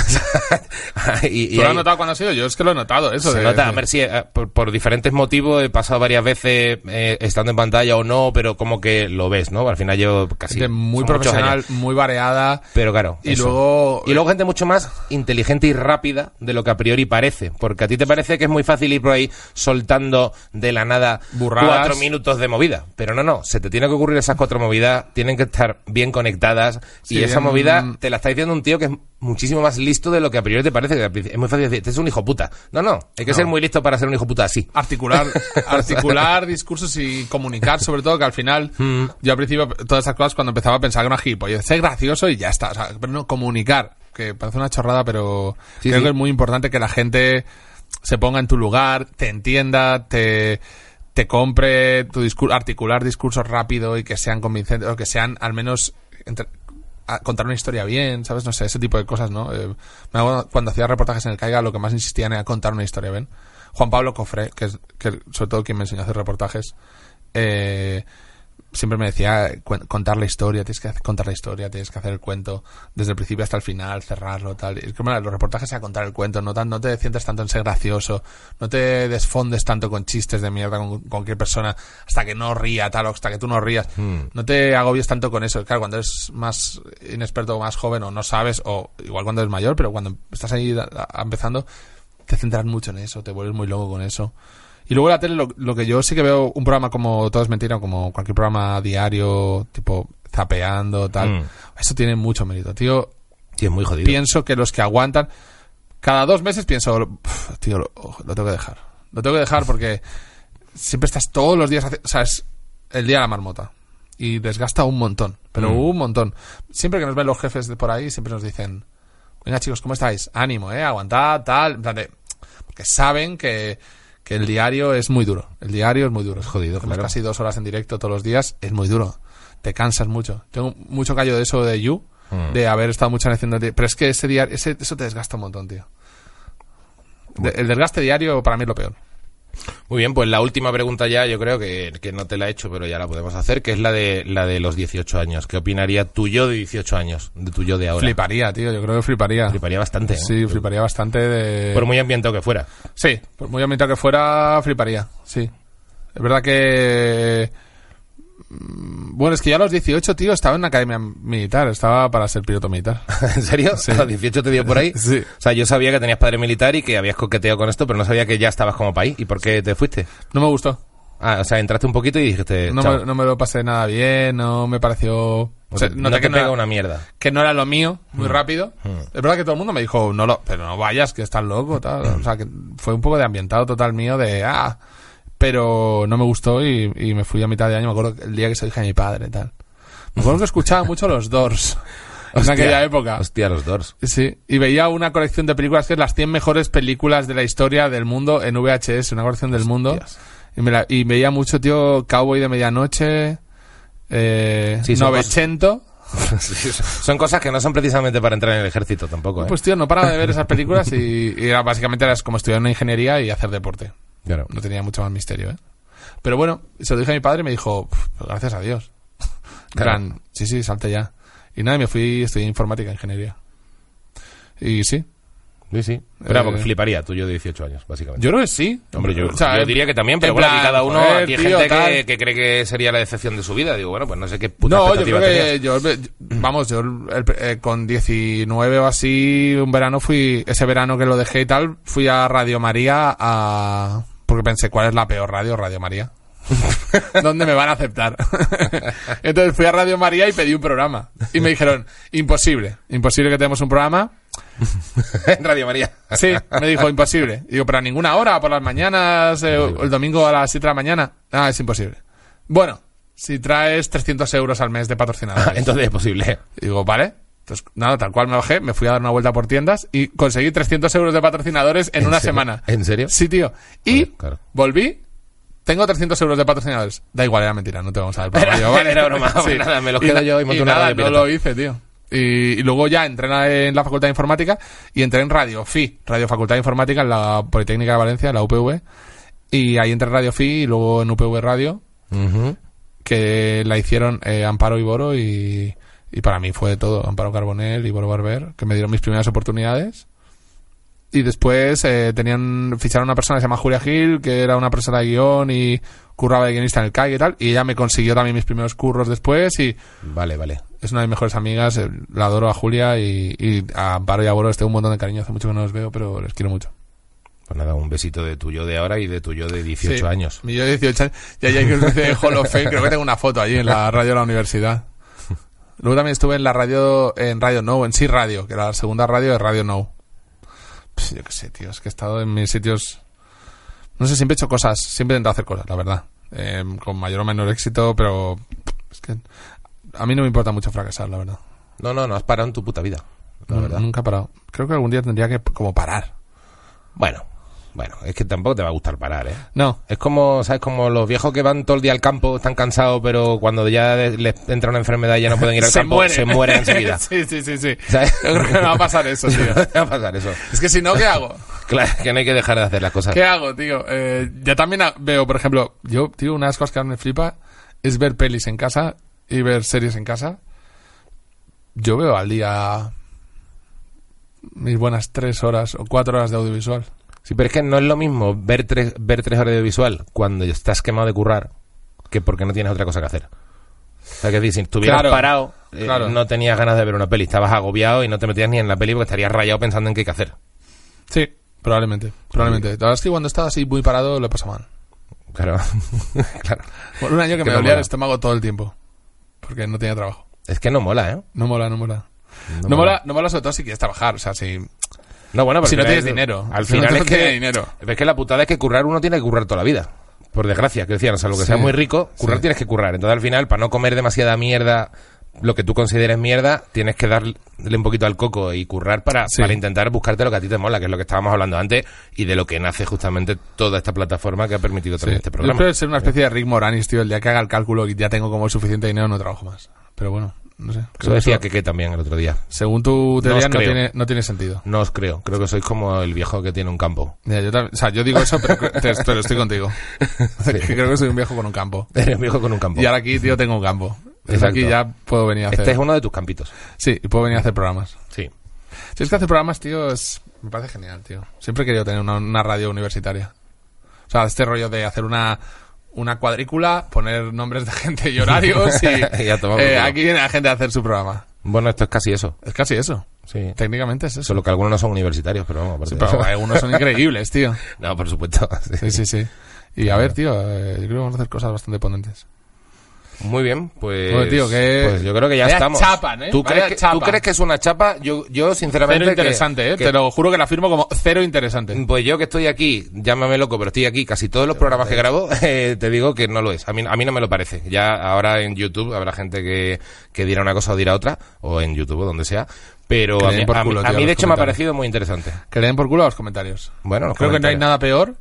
y, y ¿Tú lo has hay- notado cuando has ido? Yo es que lo he notado, eso. se de- nota, de- a ver si eh, por, por diferentes motivos he pasado varias veces eh, estando en pantalla o no, pero como que lo ves, ¿no? Al final yo casi. gente muy son muchos profesional, años. muy variada. Pero claro. Y luego- Y luego gente mucho más inteligente y rápida de lo que a priori parece. Porque a ti te parece que es muy fácil ir por ahí soltando de la nada Burradas. cuatro minutos de movida. Pero no, no. Se te tiene que ocurrir esas cuatro movidas, tienen que estar bien conectadas. Sí, y esa mm. movida te la está diciendo un tío que es muchísimo más listo de lo que a priori te parece. que al principio- Es muy fácil decir, este es un hijo puta. No, no. Hay que ser muy listo para ser un hijo puta así. articular, articular discursos y comunicar, sobre todo que al final, Mm. yo al principio todas esas cosas cuando empezaba a pensar que era una gilipollez, ser gracioso y ya está, o sea, pero no comunicar, que parece una chorrada, pero Sí, creo sí. que es muy importante que la gente se ponga en tu lugar, te entienda, te te compre tu discurso, articular discursos rápido y que sean convincentes o que sean al menos entre- a- contar una historia bien, ¿sabes? No sé, ese tipo de cosas, ¿no? Eh, me acuerdo cuando hacía reportajes en el Caiga, lo que más insistían era contar una historia bien. Juan Pablo Cofré, que es que sobre todo quien me enseñó a hacer reportajes, eh, siempre me decía eh, cuen- contar la historia, tienes que hacer- contar la historia, tienes que hacer el cuento desde el principio hasta el final, cerrarlo, tal. Y es que, bueno, los reportajes a contar el cuento, no, tan, no te sientas tanto en ser gracioso, no te desfondes tanto con chistes de mierda con, con cualquier persona hasta que no ría, tal, o hasta que tú no rías. Hmm. No te agobies tanto con eso. Claro, cuando eres más inexperto o más joven o no sabes, o igual cuando eres mayor, pero cuando estás ahí da- a- empezando, te centras mucho en eso, te vuelves muy loco con eso. Y luego la tele, lo, lo que yo sí que veo, un programa como Todo es Mentira, o como cualquier programa diario, tipo zapeando, tal, Mm. eso tiene mucho mérito, tío. Sí, es muy jodido. Pienso que los que aguantan, cada dos meses pienso, "Uf, tío, lo, lo tengo que dejar. Lo tengo que dejar porque siempre estás todos los días, hace- o sea, es el día de la marmota. Y desgasta un montón, pero Mm. un montón. Siempre que nos ven los jefes de por ahí, siempre nos dicen, venga chicos, ¿cómo estáis? Ánimo, ¿eh? Aguantad, tal. En plan de- Porque saben que, que el diario es muy duro. El diario es muy duro. Es jodido, Hacemos claro. casi dos horas en directo todos los días, es muy duro. Te cansas mucho. Tengo mucho callo de eso de You, Mm. de haber estado mucho en haciendo... Pero es que ese diario, ese, eso te desgasta un montón, tío. De- el desgaste diario para mí es lo peor. Muy bien, pues la última pregunta ya, yo creo que, que no te la he hecho, pero ya la podemos hacer, que es la de la de los 18 años. ¿Qué opinaría tu yo de 18 años, de tu yo de ahora? Fliparía, tío. Yo creo que fliparía. Fliparía bastante. ¿eh? Sí, fliparía bastante de... Por muy ambientado que fuera. Sí, por muy ambientado que fuera, fliparía, sí. Es verdad que... mm, Bueno, es que ya a los 18, tío, estaba en una academia militar. Estaba para ser piloto militar. ¿En serio? Sí. ¿A los 18 te dio por ahí? Sí. O sea, yo sabía que tenías padre militar y que habías coqueteado con esto, pero no sabía que ya estabas como país. ¿Y por qué te fuiste? No me gustó. Ah, o sea, entraste un poquito y dijiste. No "Chao". me, no me lo pasé nada bien, no me pareció... O o sea, sea, no noté te que, no pega era, una mierda. que no era lo mío, muy Mm. rápido. Es verdad que todo el mundo me dijo, no lo, pero no vayas, que estás loco, tal. Mm. O sea, que fue un poco de ambientado total mío de, ah, pero no me gustó y, y me fui a mitad de año, me acuerdo que el día que se lo dije a mi padre, tal. Me acuerdo que escuchaba mucho los Doors en Hostia. aquella época. Hostia, los dos. Sí, y veía una colección de películas que es las 100 mejores películas de la historia del mundo en VHS, una colección del mundo. Y, me la- y veía mucho, tío, Cowboy de Medianoche, eh, Sí, son 900. son cosas que no son precisamente para entrar en el ejército tampoco, ¿eh? Pues, tío, no paraba de ver esas películas y, y era básicamente era como estudiar una ingeniería y hacer deporte. Claro. No tenía mucho más misterio, ¿eh? Pero bueno, se lo dije a mi padre y me dijo, "Pf, pues gracias a Dios. En Claro. plan, sí, sí, salte ya. Y nada, y me fui, estudié informática, e ingeniería. Y sí, Sí, sí. Pero Eh, porque fliparía, tú yo de 18 años, básicamente. Yo creo que sí. Hombre, yo, O sea, yo en- diría que también, pero en bueno, plan, aquí cada uno, joder, aquí hay tío, gente que, tal. que cree que sería la decepción de su vida. Digo, bueno, pues no sé qué puta No, yo creo expectativa tenías. que yo, yo- vamos, yo el- eh, con 19 o así, un verano fui, ese verano que lo dejé y tal, fui a Radio María a... Porque pensé, ¿cuál es la peor radio? Radio María. ¿Dónde me van a aceptar? Entonces fui a Radio María y pedí un programa. Y me dijeron, imposible, imposible que tenemos un programa. en Radio María. Sí, me dijo imposible. Y Digo, pero a ninguna hora, por las mañanas, eh, o el domingo a las 7 de la mañana. Ah, es imposible. Bueno, si traes 300 euros al mes de patrocinador. Ah, Entonces es posible. Digo, vale. Entonces, nada, tal cual me bajé, me fui a dar una vuelta por tiendas y conseguí 300 euros de patrocinadores en, ¿En una serio? semana. ¿En serio? Sí, tío. Y Joder, claro. volví, tengo 300 euros de patrocinadores. Da igual, era mentira, no te vamos a dar para Era- era broma, pues nada, me los Y quedo na- yo y monto y una nada, radio no pirata. lo hice, tío. Y, y luego ya entré en la- en la Facultad de Informática y entré en Radio FI, Radio Facultad de Informática en la Politécnica de Valencia, en la UPV. Y ahí entré en Radio FI y luego en UPV Radio Ujú. que la hicieron eh, Amparo Iboro y, y para mí fue de todo. Amparo Carbonell, Iboro Barber, que me dieron mis primeras oportunidades. Y después eh, tenían ficharon a una persona que se llama Julia Gil, que era una persona de guión y curraba de guionista en el CAI y tal. Y ella me consiguió también mis primeros curros después y Vale, vale. es una de mis mejores amigas. eh, La adoro a Julia y, y a Amparo y a Iboro les tengo un montón de cariño. Hace mucho que no los veo, pero les quiero mucho. Pues nada, un besito de tuyo de ahora y de tuyo de 18 Sí, años. Mi yo de 18 años. Y ahí hay que de Hall of Fame. Creo que tengo una foto allí en la radio de la universidad. Luego también estuve en la radio, en Radio No, en Sí Radio, que era la segunda radio de Radio No. Pues yo qué sé, tío. Es que he estado en mis sitios. No sé, siempre he hecho cosas. Siempre he intentado hacer cosas, la verdad. Eh, con mayor o menor éxito, pero. Es que. A mí no me importa mucho fracasar, la verdad. No, no, no has parado en tu puta vida. La No, verdad. Nunca he parado. Creo que algún día tendría que, como, parar. Bueno, bueno, es que tampoco te va a gustar parar, ¿eh? No, Es como, ¿sabes? Como los viejos que van todo el día al campo, están cansados, pero cuando ya les entra una enfermedad y ya no pueden ir al campo, se mueren enseguida. sí, sí, sí, sí. ¿Sabes? Yo creo que me va a pasar eso, tío. Te va a pasar eso. Es que si no, ¿qué hago? Claro, que no hay que dejar de hacer las cosas. ¿Qué hago, tío? Eh, yo también ha- veo, por ejemplo, yo, tío, una de las cosas que más me flipa es ver pelis en casa y ver series en casa. Yo veo al día mis buenas tres horas o cuatro horas de audiovisual. Sí, pero es que no es lo mismo ver tres, ver tres horas de visual cuando estás quemado de currar que porque no tienes otra cosa que hacer. O sea, que es decir, si estuvieras Claro, parado, eh, claro. no tenías ganas de ver una peli, estabas agobiado y no te metías ni en la peli porque estarías rayado pensando en qué hay que hacer. Sí, probablemente, probablemente. La verdad es que cuando estaba así muy parado lo he pasado mal. Claro, claro. Bueno, un año que Que me no dolía el mola. estómago todo el tiempo porque no tenía trabajo. Es que no mola, ¿eh? No mola, no mola. No, mola. no mola sobre todo si quieres trabajar, o sea, si... No, bueno, pero Si no mira, tienes es- dinero. Al Si no final es tienes que dinero. Es que la putada es que currar uno tiene que currar toda la vida. Por desgracia, que decían, o sea, lo que sea Sí, muy rico, currar sí. tienes que currar. Entonces, al final, para no comer demasiada mierda, lo que tú consideres mierda, tienes que darle un poquito al coco y currar para, Sí. para intentar buscarte lo que a ti te mola, que es lo que estábamos hablando antes y de lo que nace justamente toda esta plataforma que ha permitido Sí. traer este Yo programa. espero ser una especie de Rick Moranis, tío. El día que haga el cálculo y ya tengo como suficiente dinero, no trabajo más. Pero bueno, no sé. Eso Creo que decía eso- que, que también el otro día. Según tu teoría, no, creo. tiene, no tiene sentido. No os creo, creo que sois como el viejo que tiene un campo. Mira, yo también- o sea, yo digo eso, pero, cre- te- pero estoy contigo. Que Creo que soy un viejo con un campo. Eres un viejo con un campo. Y ahora aquí, tío, tengo un campo. Desde Exacto. aquí ya puedo venir a hacer. Este es uno de tus campitos. Sí, y puedo venir a hacer programas. Sí. Si es que hacer programas, tío, es... me parece genial, tío. Siempre he querido tener una, una radio universitaria. O sea, este rollo de hacer una, una cuadrícula, poner nombres de gente y horarios y Y a tomar por eh, culo. aquí viene la gente a hacer su programa. Bueno, esto es casi eso. Es casi eso. Sí. Técnicamente es eso. Solo que algunos no son universitarios, pero vamos, aparte Sí, de pero eso. algunos son increíbles, tío. No, por supuesto. Sí. Sí, sí, sí. Y a ver, tío, eh, yo creo que vamos a hacer cosas bastante potentes. Muy bien, pues. Bueno, tío, que- Pues yo creo que ya Vaya estamos. chapa, ¿eh? ¿Tú, Vaya crees que, tú chapa. crees que es una chapa? Yo, yo sinceramente. Cero que- interesante, ¿eh? que- Te lo juro que la firmo como cero interesante. Pues yo que estoy aquí, llámame loco, pero estoy aquí casi todos los programas que grabo, eh, te digo que no lo es. A mí, a mí no me lo parece. Ya ahora en YouTube habrá gente que, que dirá una cosa o dirá otra, o en YouTube o donde sea, pero Que le a den mí, por a mí- culo, a tío, mí, los de hecho me ha comentarios. parecido muy interesante. Que le den por culo a los comentarios. Bueno, los Creo que no hay comentarios. nada peor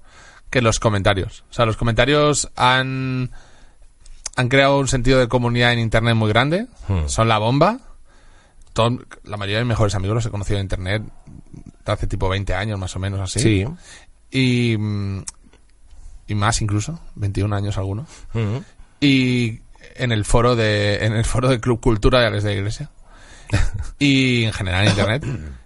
que los comentarios. O sea, los comentarios han, han creado un sentido de comunidad en Internet muy grande. Hmm. Son la bomba. Todo- la mayoría de mis mejores amigos los he conocido en Internet hace tipo 20 años más o menos así. Sí. Y, mm, y más incluso, 21 años algunos. Mm. y en el foro de en el foro de Club Cultura de Ales de la Iglesia y en general en internet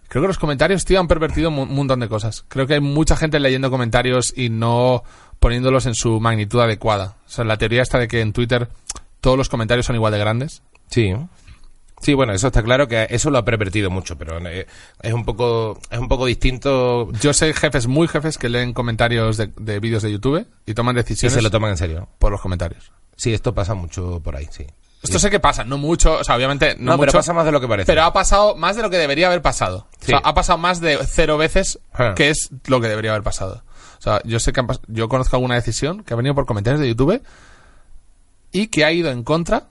creo que los comentarios tío han pervertido mu- un montón de cosas creo que hay mucha gente leyendo comentarios y no poniéndolos en su magnitud adecuada o sea la teoría está de que en Twitter todos los comentarios son igual de grandes Sí. Sí, bueno, eso está claro que eso lo ha pervertido mucho, pero eh, es un poco es un poco distinto yo sé jefes muy jefes que leen comentarios de, de vídeos de YouTube y toman si decisiones se lo toman en serio. por los comentarios Sí, esto pasa mucho por ahí, sí. esto sé que pasa no mucho o sea obviamente no, No, pero mucho, pasa más de lo que parece. Pero ha pasado más de lo que debería haber pasado. Sí. O sea, ha pasado más de cero veces Ah. que es lo que debería haber pasado. O sea, yo sé que han pas- yo conozco alguna decisión que ha venido por comentarios de YouTube y que ha ido en contra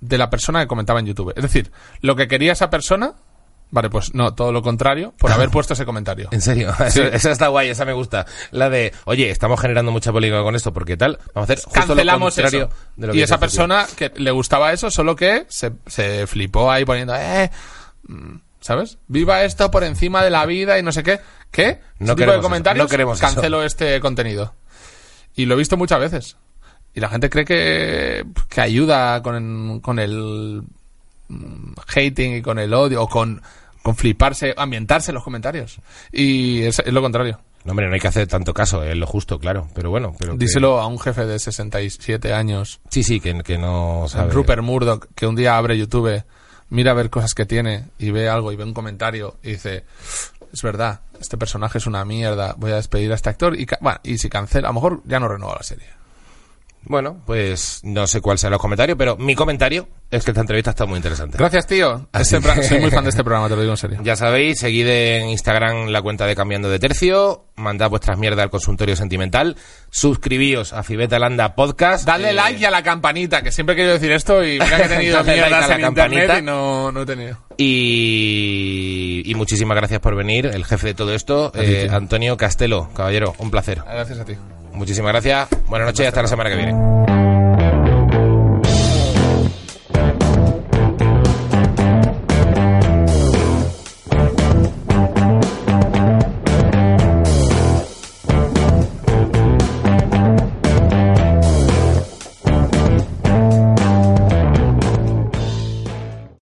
de la persona que comentaba en YouTube. Es decir, lo que quería esa persona, vale, pues no, todo lo contrario, por haber puesto ese comentario. En serio, Sí. Eso- esa está guay, esa me gusta. La de, oye, estamos generando mucha polémica con esto, porque tal, vamos a hacer justo Cancelamos lo contrario eso. de lo que y dice esa este tío. persona que le gustaba eso, solo que se, se flipó ahí poniendo, eh, mm, ¿sabes? Viva esto por encima de la vida y no sé qué. ¿Qué? No Ese tipo queremos de comentarios, eso, no queremos eso. cancelo este contenido. Y lo he visto muchas veces. Y la gente cree que, que ayuda con, con el mm, hating y con el odio o con, con fliparse, ambientarse en los comentarios. Y es, es lo contrario. No, hombre, no hay que hacer tanto caso, es lo justo, claro. Pero bueno, pero. que- Díselo a un jefe de 67 años Sí, sí, que, que no sabe. Rupert Murdoch, que un día abre YouTube, mira a ver cosas que tiene y ve algo y ve un comentario y dice, es verdad, este personaje es una mierda, voy a despedir a este actor y, ca- bueno, y si cancela, a lo mejor ya no renueva la serie. Bueno, pues no sé cuál será los comentarios, pero mi comentario es que esta entrevista está muy interesante. Gracias, tío. Así Este pro- que- Soy muy fan de este programa, te lo digo en serio. Ya sabéis, seguid en Instagram la cuenta de Cambiando de Tercio, mandad vuestras mierdas al consultorio sentimental, suscribíos a Fibeta Landa Podcast. Dale eh, like y a la campanita, que siempre he querido decir esto y mira que he tenido Dale like mierdas a la en internet campanita. y no, no he tenido. Y, y muchísimas gracias por venir, el jefe de todo esto, eh, Antonio Castelo, caballero, un placer. Gracias a ti. Muchísimas gracias, buenas noches y hasta la semana que viene.